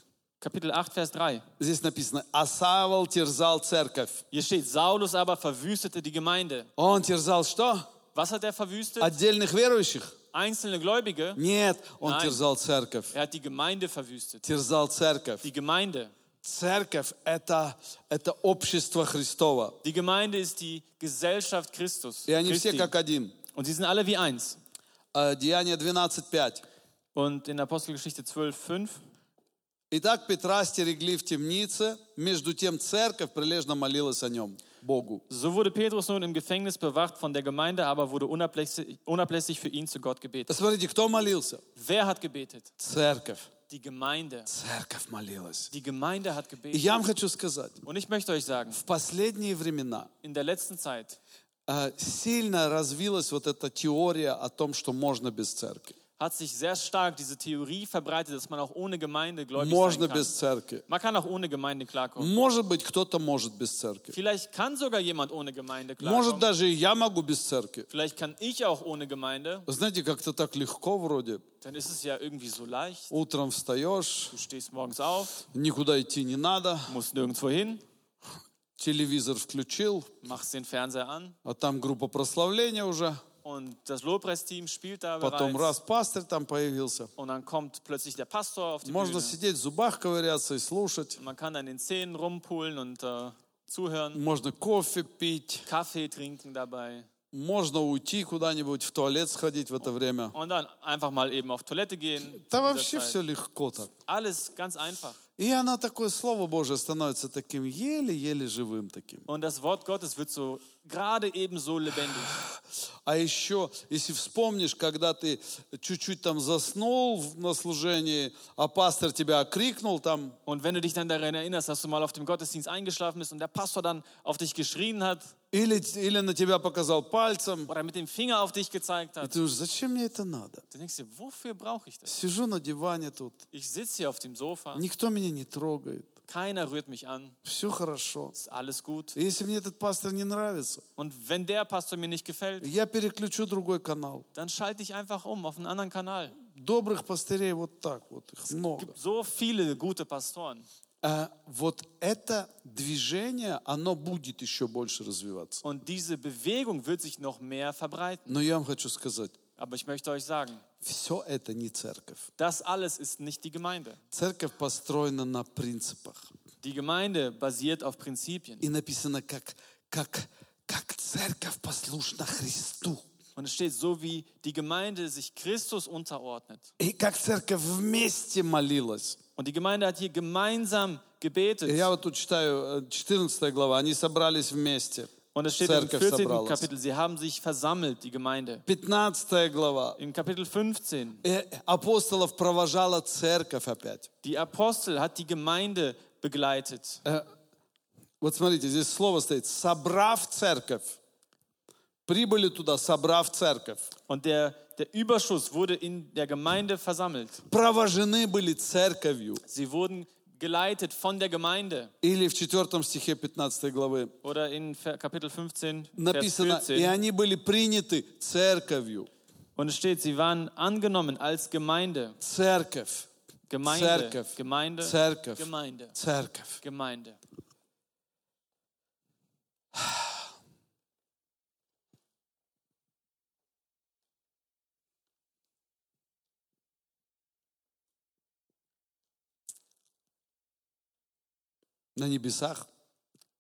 Speaker 2: Kapitel 8, Vers 3,
Speaker 1: Здесь написано, «А Савол терзал церковь».
Speaker 2: hier steht, Saulus aber verwüstete die Gemeinde.
Speaker 1: Он терзал что?
Speaker 2: Was hat er verwüstet?
Speaker 1: Отдельных верующих?
Speaker 2: Einzelne Gläubige.
Speaker 1: Нет, он
Speaker 2: Nein.
Speaker 1: терзал церковь.
Speaker 2: Er hat die Gemeinde verwüstet.
Speaker 1: Терзал церковь.
Speaker 2: Die Gemeinde.
Speaker 1: Церковь – это, это общество Христова.
Speaker 2: Die Gemeinde ist die Gesellschaft Christus.
Speaker 1: И они все
Speaker 2: Christi.
Speaker 1: как один.
Speaker 2: Und sie sind alle wie eins.
Speaker 1: А, Деяние 12.5.
Speaker 2: Und in Apostelgeschichte 12, 5,
Speaker 1: Итак, Петра стерегли в темнице, между тем церковь прилежно молилась о нем, Богу.
Speaker 2: so wurde Petrus nun im Gefängnis bewacht von der Gemeinde, aber wurde unablässig, unablässig für ihn zu Gott gebetet.
Speaker 1: Посмотрите, кто молился?
Speaker 2: Wer hat gebetet?
Speaker 1: Церковь.
Speaker 2: Die Gemeinde.
Speaker 1: Церковь молилась.
Speaker 2: Die Gemeinde hat
Speaker 1: И
Speaker 2: gebetet.
Speaker 1: я вам хочу сказать,
Speaker 2: Und ich möchte euch sagen,
Speaker 1: в последние времена
Speaker 2: in der letzten Zeit
Speaker 1: а, сильно развилась вот эта теория о том, что можно без церкви.
Speaker 2: hat sich sehr stark diese Theorie verbreitet, dass man auch ohne Gemeinde gläubig
Speaker 1: Можно
Speaker 2: sein kann.
Speaker 1: без церкви.
Speaker 2: Man kann auch ohne Gemeinde klarkommen.
Speaker 1: Может быть, кто-то может без церкви.
Speaker 2: Vielleicht kann sogar jemand ohne Gemeinde
Speaker 1: Может,
Speaker 2: klarkommen.
Speaker 1: даже и я могу без церкви.
Speaker 2: Vielleicht kann ich auch ohne Gemeinde.
Speaker 1: Знаете, как-то так легко вроде.
Speaker 2: Dann ist es ja irgendwie so leicht.
Speaker 1: Утром встаешь,
Speaker 2: Du stehst morgens auf,
Speaker 1: никуда идти не надо,
Speaker 2: musst nirgendwo hin,
Speaker 1: телевизор включил,
Speaker 2: machst den Fernseher an
Speaker 1: а там группа прославления уже.
Speaker 2: und das Lobpreisteam spielt da
Speaker 1: Потом
Speaker 2: bereits.
Speaker 1: раз пастырь там появился.
Speaker 2: Und dann kommt plötzlich der Pastor auf die
Speaker 1: Можно
Speaker 2: Bühne.
Speaker 1: сидеть в зубах ковыряться и слушать.
Speaker 2: Und Man kann an den Zähnen rumpulen und äh, zuhören,
Speaker 1: Можно кофе пить,
Speaker 2: Kaffee trinken dabei
Speaker 1: можно уйти куда-нибудь, в туалет сходить в это время.
Speaker 2: und dann einfach mal eben auf Toilette gehen.
Speaker 1: Да
Speaker 2: in dieser
Speaker 1: вообще
Speaker 2: Zeit.
Speaker 1: все легко так.
Speaker 2: Alles ganz einfach.
Speaker 1: И она такое слово Божие становится таким еле-еле живым таким.
Speaker 2: Und das Wort Gottes wird so gerade ebenso lebendig.
Speaker 1: А еще, если вспомнишь, когда ты чуть-чуть там заснул в- на служении, а пастор тебя окрикнул там,
Speaker 2: Und wenn du dich dann daran erinnerst, dass du mal auf dem Gottesdienst eingeschlafen bist und der Pastor dann auf dich geschrien hat
Speaker 1: или, или на тебя показал пальцем,
Speaker 2: oder mit dem Finger auf dich gezeigt
Speaker 1: и
Speaker 2: hat,
Speaker 1: А ты уже, zachем мне это надо?
Speaker 2: dann denkst du, wofür brauche ich das?
Speaker 1: Сижу на диване тут,
Speaker 2: Ich sitze hier auf dem Sofa,
Speaker 1: никто меня не трогает,
Speaker 2: keiner rührt mich an,
Speaker 1: все хорошо.
Speaker 2: ist alles gut.
Speaker 1: И Если мне этот пастор не нравится,
Speaker 2: Und wenn der Pastor mir nicht gefällt,
Speaker 1: я переключу другой канал.
Speaker 2: dann schalte ich einfach um auf einen anderen Kanal.
Speaker 1: Добрых пастырей вот так вот, их много.
Speaker 2: So viele gute Pastoren.
Speaker 1: А вот это движение, оно будет еще больше развиваться.
Speaker 2: Und diese Bewegung wird sich noch mehr verbreiten.
Speaker 1: Но я вам хочу сказать,
Speaker 2: Aber ich möchte euch sagen,
Speaker 1: все это не церковь.
Speaker 2: das alles ist nicht die Gemeinde.
Speaker 1: Церковь построена на принципах.
Speaker 2: Die Gemeinde basiert auf Prinzipien.
Speaker 1: И написано, как, как, как церковь послушна Христу.
Speaker 2: Und es steht so, wie die Gemeinde sich Christus unterordnet.
Speaker 1: И как церковь вместе молилась.
Speaker 2: Und die Gemeinde hat hier gemeinsam gebetet.
Speaker 1: И я вот тут читаю э, 14 глава. Они собрались вместе.
Speaker 2: Und es steht im
Speaker 1: Церковь
Speaker 2: 14.
Speaker 1: собралась.
Speaker 2: Kapitel, sie haben sich versammelt, die Gemeinde.
Speaker 1: 15 глава.
Speaker 2: Im Kapitel 15,
Speaker 1: Э, Апостолов провожала церковь опять.
Speaker 2: die Apostel hat die Gemeinde begleitet.
Speaker 1: Э, Вот смотрите, здесь слово стоит. Собрав церковь. Прибыли туда, собрав церковь.
Speaker 2: Und der, der Überschuss wurde in der Gemeinde versammelt.
Speaker 1: Провожены были церковью.
Speaker 2: Sie wurden geleitet von der Gemeinde.
Speaker 1: Или в 4 стихе 15 главы.
Speaker 2: Oder in Ver- Kapitel 15, Vers
Speaker 1: написано, и
Speaker 2: 14.
Speaker 1: они были приняты церковью.
Speaker 2: Und es steht, sie waren angenommen als Gemeinde.
Speaker 1: Церковь.
Speaker 2: Gemeinde.
Speaker 1: Церковь.
Speaker 2: Gemeinde.
Speaker 1: Церковь.
Speaker 2: Gemeinde.
Speaker 1: Церковь.
Speaker 2: Gemeinde.
Speaker 1: На небесах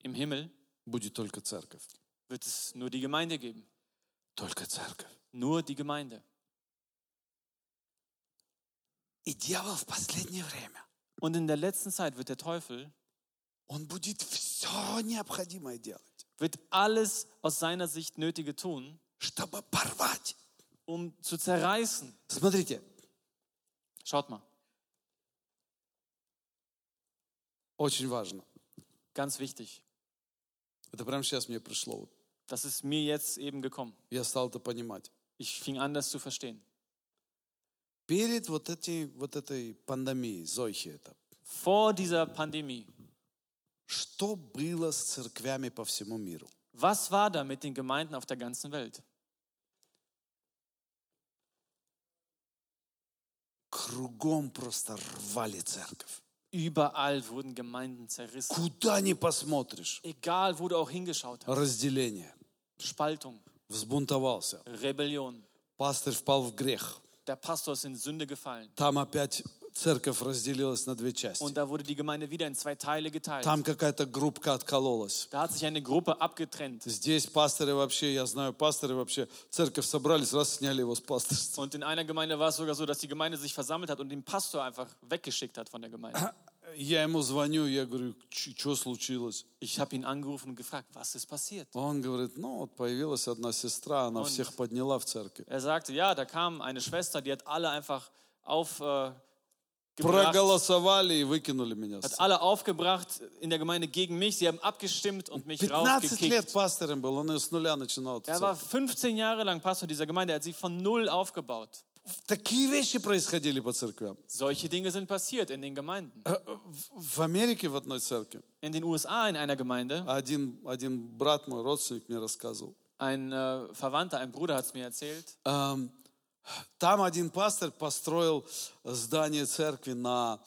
Speaker 2: Im Himmel
Speaker 1: будет только церковь.
Speaker 2: wird es nur die Gemeinde geben.
Speaker 1: Только церковь.
Speaker 2: Nur die Gemeinde.
Speaker 1: И дьявол в последнее время,
Speaker 2: Und in der letzten Zeit wird der Teufel
Speaker 1: он будет все необходимое делать,
Speaker 2: wird alles aus seiner Sicht Nötige tun,
Speaker 1: чтобы порвать.
Speaker 2: um zu zerreißen.
Speaker 1: Смотрите,
Speaker 2: Schaut mal,
Speaker 1: очень важно.
Speaker 2: ganz wichtig.
Speaker 1: Это прямо сейчас мне пришло. Вот
Speaker 2: Das ist mir jetzt eben gekommen.
Speaker 1: Я стал это понимать.
Speaker 2: Ich fing an, das zu verstehen.
Speaker 1: Перед вот, эти, вот этой пандемией, Зойхи это,
Speaker 2: Vor dieser Pandemie,
Speaker 1: что было с церквями по всему миру?
Speaker 2: was war da mit den Gemeinden auf der ganzen Welt?
Speaker 1: Кругом просто рвали церковь.
Speaker 2: Überall wurden Gemeinden zerrissen.
Speaker 1: Куда ни посмотришь.
Speaker 2: Egal, wo du auch hingeschaut hast.
Speaker 1: Разделение.
Speaker 2: Spaltung,
Speaker 1: Взбунтовался.
Speaker 2: Rebellion.
Speaker 1: Пастырь впал в грех.
Speaker 2: Der Pastor ist in Sünde gefallen.
Speaker 1: Там опять церковь разделилась на две части.
Speaker 2: Und da wurde die Gemeinde wieder in zwei Teile geteilt.
Speaker 1: Там какая-то группка откололась.
Speaker 2: Da hat sich eine Gruppe abgetrennt.
Speaker 1: Здесь пасторы вообще, я знаю, пасторы вообще, церковь собрались, раз сняли его с пасторства.
Speaker 2: Und in einer Gemeinde war es sogar so, dass die Gemeinde sich versammelt hat und den Pastor einfach weggeschickt hat von der Gemeinde.
Speaker 1: Я ему звоню, я говорю, что случилось?
Speaker 2: Ich habe ihn angerufen und gefragt, was ist passiert?
Speaker 1: Он говорит, ну вот появилась одна сестра, она всех подняла в церкви.
Speaker 2: Er sagte, ja, da kam eine Schwester, die hat alle einfach auf, äh, gebracht,
Speaker 1: Проголосовали и выкинули меня. с
Speaker 2: hat alle aufgebracht in der Gemeinde gegen mich. Sie haben abgestimmt und mich
Speaker 1: 15 лет
Speaker 2: rausgekickt.
Speaker 1: пастором был, он ее с нуля начинал. эту
Speaker 2: Er war
Speaker 1: церковь.
Speaker 2: 15 Jahre lang Pastor dieser Gemeinde. Er hat sie von Null aufgebaut.
Speaker 1: Такие вещи происходили по церквям.
Speaker 2: Solche Dinge sind passiert in den Gemeinden.
Speaker 1: Э, В в Америке в одной церкви
Speaker 2: In den USA in einer Gemeinde,
Speaker 1: один, один брат мой, родственник, мне рассказывал.
Speaker 2: ein äh, Verwandter, ein Bruder hat es mir erzählt,
Speaker 1: Эм, Там один пастор построил э, здание церкви на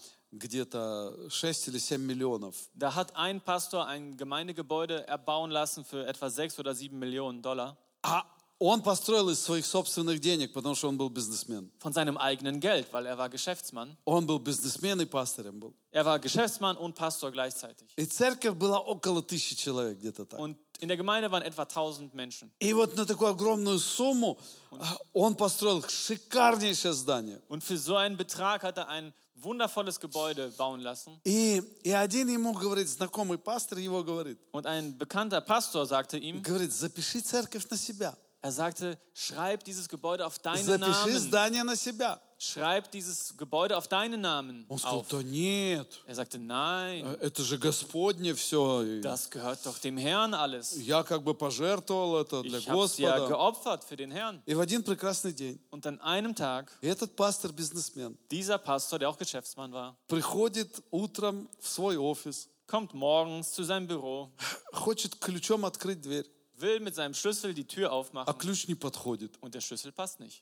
Speaker 1: где-то 6 или 7 миллионов.
Speaker 2: da hat ein Pastor ein Gemeindegebäude erbauen lassen für etwa 6 oder 7 Millionen Dollar
Speaker 1: А он построил из своих собственных денег, потому что он был бизнесмен.
Speaker 2: von seinem eigenen Geld, weil er war Geschäftsmann.
Speaker 1: Он был бизнесмен и пастором был.
Speaker 2: Er war Geschäftsmann und Pastor gleichzeitig.
Speaker 1: И церковь была около тысячи человек где-то так.
Speaker 2: Und in der Gemeinde waren etwa 1000 Menschen.
Speaker 1: И вот на такую огромную сумму а, он построил шикарнейшее здание.
Speaker 2: Und für so einen Betrag hat er ein wundervolles Gebäude bauen lassen.
Speaker 1: И, и один ему говорит, знакомый пастор его говорит,
Speaker 2: Und ein bekannter Pastor sagte ihm,
Speaker 1: говорит, запиши церковь на себя,
Speaker 2: er sagte, schreib dieses Gebäude auf deinen
Speaker 1: запиши
Speaker 2: Namen.
Speaker 1: здание на себя.
Speaker 2: Schreib dieses Gebäude auf deinen Namen
Speaker 1: Он сказал,
Speaker 2: auf.
Speaker 1: да нет,
Speaker 2: Er sagte, nein,
Speaker 1: э, это же Господне все.
Speaker 2: das gehört doch dem Herrn alles.
Speaker 1: Я как бы пожертвовал это для
Speaker 2: Ich habe es ja
Speaker 1: Господа.
Speaker 2: geopfert für den Herrn.
Speaker 1: И в один прекрасный день,
Speaker 2: Und an einem Tag,
Speaker 1: и этот пастор-бизнесмен
Speaker 2: dieser Pastor, der auch Geschäftsmann war,
Speaker 1: приходит утром в свой офис,
Speaker 2: kommt morgens zu seinem Büro,
Speaker 1: хочет ключом открыть дверь,
Speaker 2: will mit seinem Schlüssel die Tür
Speaker 1: а
Speaker 2: aufmachen
Speaker 1: ключ не подходит.
Speaker 2: und der Schlüssel passt nicht.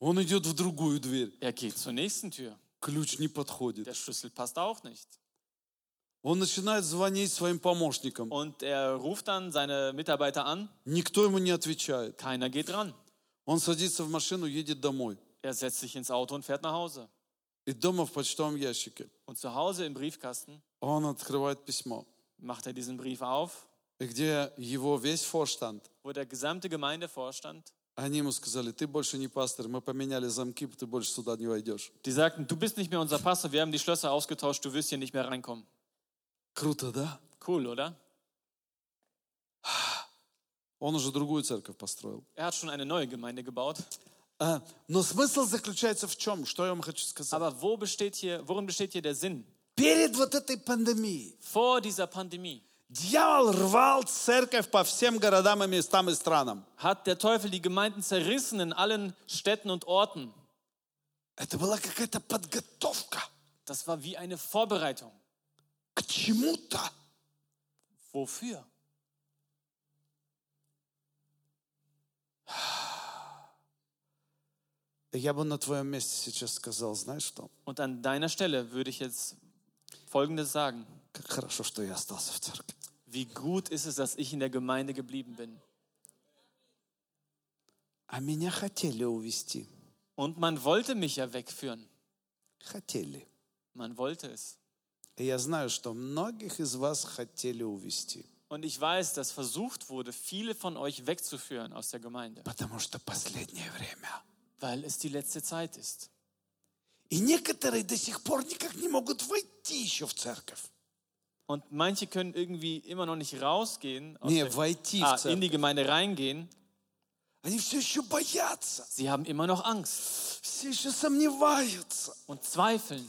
Speaker 1: Он идет в другую дверь,
Speaker 2: Er geht zur nächsten Tür.
Speaker 1: ключ не подходит.
Speaker 2: Der Schlüssel passt auch nicht.
Speaker 1: Он начинает звонить своим помощникам,
Speaker 2: Und er ruft dann seine Mitarbeiter an.
Speaker 1: никто ему не отвечает.
Speaker 2: Keiner geht ran.
Speaker 1: Он садится в машину, едет домой.
Speaker 2: Er setzt sich ins Auto und fährt nach Hause.
Speaker 1: И дома в почтовом ящике
Speaker 2: Und zu Hause im Briefkasten
Speaker 1: он открывает письмо,
Speaker 2: macht er diesen Brief auf,
Speaker 1: и где его весь форштанд,
Speaker 2: wo der gesamte Gemeindevorstand,
Speaker 1: они ему сказали, ты больше не пастор, мы поменяли замки, ты больше сюда не войдешь.
Speaker 2: die sagten, du bist nicht mehr unser Pastor, wir haben die Schlösser ausgetauscht, du wirst hier nicht mehr reinkommen.
Speaker 1: Круто, да?
Speaker 2: Cool, oder?
Speaker 1: Он уже другую церковь построил.
Speaker 2: Er hat schon eine neue Gemeinde gebaut.
Speaker 1: А, но смысл заключается в чем? Что я вам хочу сказать?
Speaker 2: Aber wo besteht hier, worin besteht hier der Sinn?
Speaker 1: Перед вот этой пандемией
Speaker 2: Vor dieser Pandemie
Speaker 1: дьявол рвал церковь по всем городам и местам и странам.
Speaker 2: hat der Teufel die Gemeinden zerrissen in allen Städten und Orten.
Speaker 1: Это была какая-то подготовка
Speaker 2: Das war wie eine Vorbereitung.
Speaker 1: к чему-то.
Speaker 2: Wofür?
Speaker 1: Я бы на твоем месте сейчас сказал, знаешь что?
Speaker 2: Und an deiner Stelle würde ich jetzt Folgendes sagen.
Speaker 1: Как хорошо, что я остался в церкви.
Speaker 2: Wie gut ist es, dass ich in der Gemeinde geblieben bin.
Speaker 1: А меня хотели увести.
Speaker 2: Und man wollte mich ja wegführen.
Speaker 1: Хотели.
Speaker 2: Man wollte es.
Speaker 1: И я знаю, что многих из вас хотели увести.
Speaker 2: Und ich weiß, dass versucht wurde, viele von euch wegzuführen aus der Gemeinde,
Speaker 1: Потому что последнее время.
Speaker 2: weil es die letzte Zeit ist.
Speaker 1: И некоторые до сих пор никак не могут войти еще в церковь.
Speaker 2: Und manche können irgendwie immer noch nicht rausgehen, aus
Speaker 1: Не,
Speaker 2: der,
Speaker 1: войти
Speaker 2: ah,
Speaker 1: в
Speaker 2: in die
Speaker 1: церковь.
Speaker 2: Gemeinde reingehen.
Speaker 1: Они все еще боятся,
Speaker 2: Sie haben immer noch Angst
Speaker 1: все еще сомневаются.
Speaker 2: und zweifeln.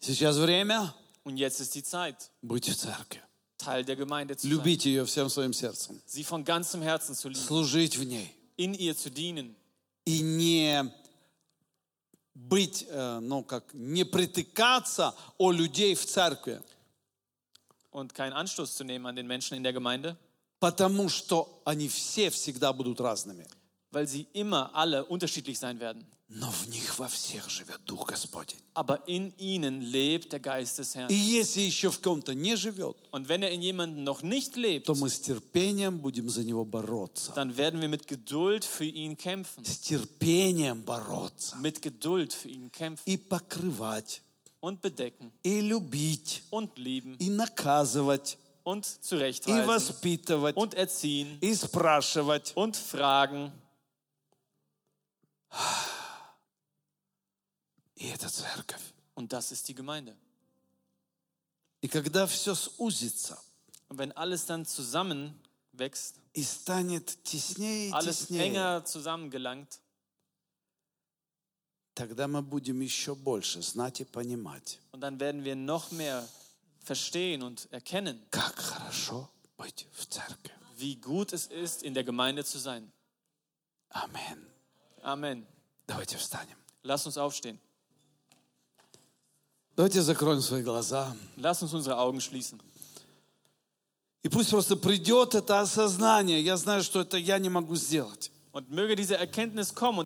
Speaker 1: Сейчас время
Speaker 2: Und jetzt ist die Zeit,
Speaker 1: быть в церкви.
Speaker 2: Teil der Gemeinde zu sein,
Speaker 1: Любить ее всем своим сердцем.
Speaker 2: sie von ganzem Herzen zu lieben,
Speaker 1: Служить в ней.
Speaker 2: in ihr zu dienen
Speaker 1: И не быть, э, ну как, не притыкаться о людей в церкви.
Speaker 2: und keinen Anstoß zu nehmen an den Menschen in der Gemeinde,
Speaker 1: Потому что они все всегда будут разными.
Speaker 2: weil sie immer alle unterschiedlich sein werden.
Speaker 1: Но в них во всех живет Дух Господень.
Speaker 2: Aber in ihnen lebt der Geist des
Speaker 1: И
Speaker 2: Herrn.
Speaker 1: если еще в ком-то не живет,
Speaker 2: Und wenn er in jemanden noch nicht lebt,
Speaker 1: то мы с терпением будем за него бороться.
Speaker 2: dann werden wir mit Geduld für ihn kämpfen.
Speaker 1: С терпением бороться.
Speaker 2: Mit Geduld für ihn kämpfen
Speaker 1: И покрывать,
Speaker 2: und bedecken
Speaker 1: и любить,
Speaker 2: und lieben
Speaker 1: и наказывать,
Speaker 2: und
Speaker 1: и
Speaker 2: zurechtweisen
Speaker 1: воспитывать,
Speaker 2: und erziehen
Speaker 1: и спрашивать.
Speaker 2: und fragen.
Speaker 1: И это церковь.
Speaker 2: Und das ist die Gemeinde.
Speaker 1: И когда все сузится
Speaker 2: Und wenn alles dann zusammenwächst,
Speaker 1: и станет теснее и
Speaker 2: alles
Speaker 1: теснее,
Speaker 2: enger zusammengelangt,
Speaker 1: тогда мы будем еще больше знать и понимать,
Speaker 2: und dann werden wir noch mehr verstehen und erkennen,
Speaker 1: как хорошо быть в церкви.
Speaker 2: wie gut es ist, in der Gemeinde zu sein.
Speaker 1: Аминь.
Speaker 2: Amen.
Speaker 1: Давайте встанем.
Speaker 2: Lass uns aufstehen.
Speaker 1: Давайте закроем свои глаза.
Speaker 2: Lass uns unsere Augen schließen.
Speaker 1: И пусть просто придет это осознание. Я знаю, что это я не могу сделать.
Speaker 2: Und möge diese Erkenntnis kommen. und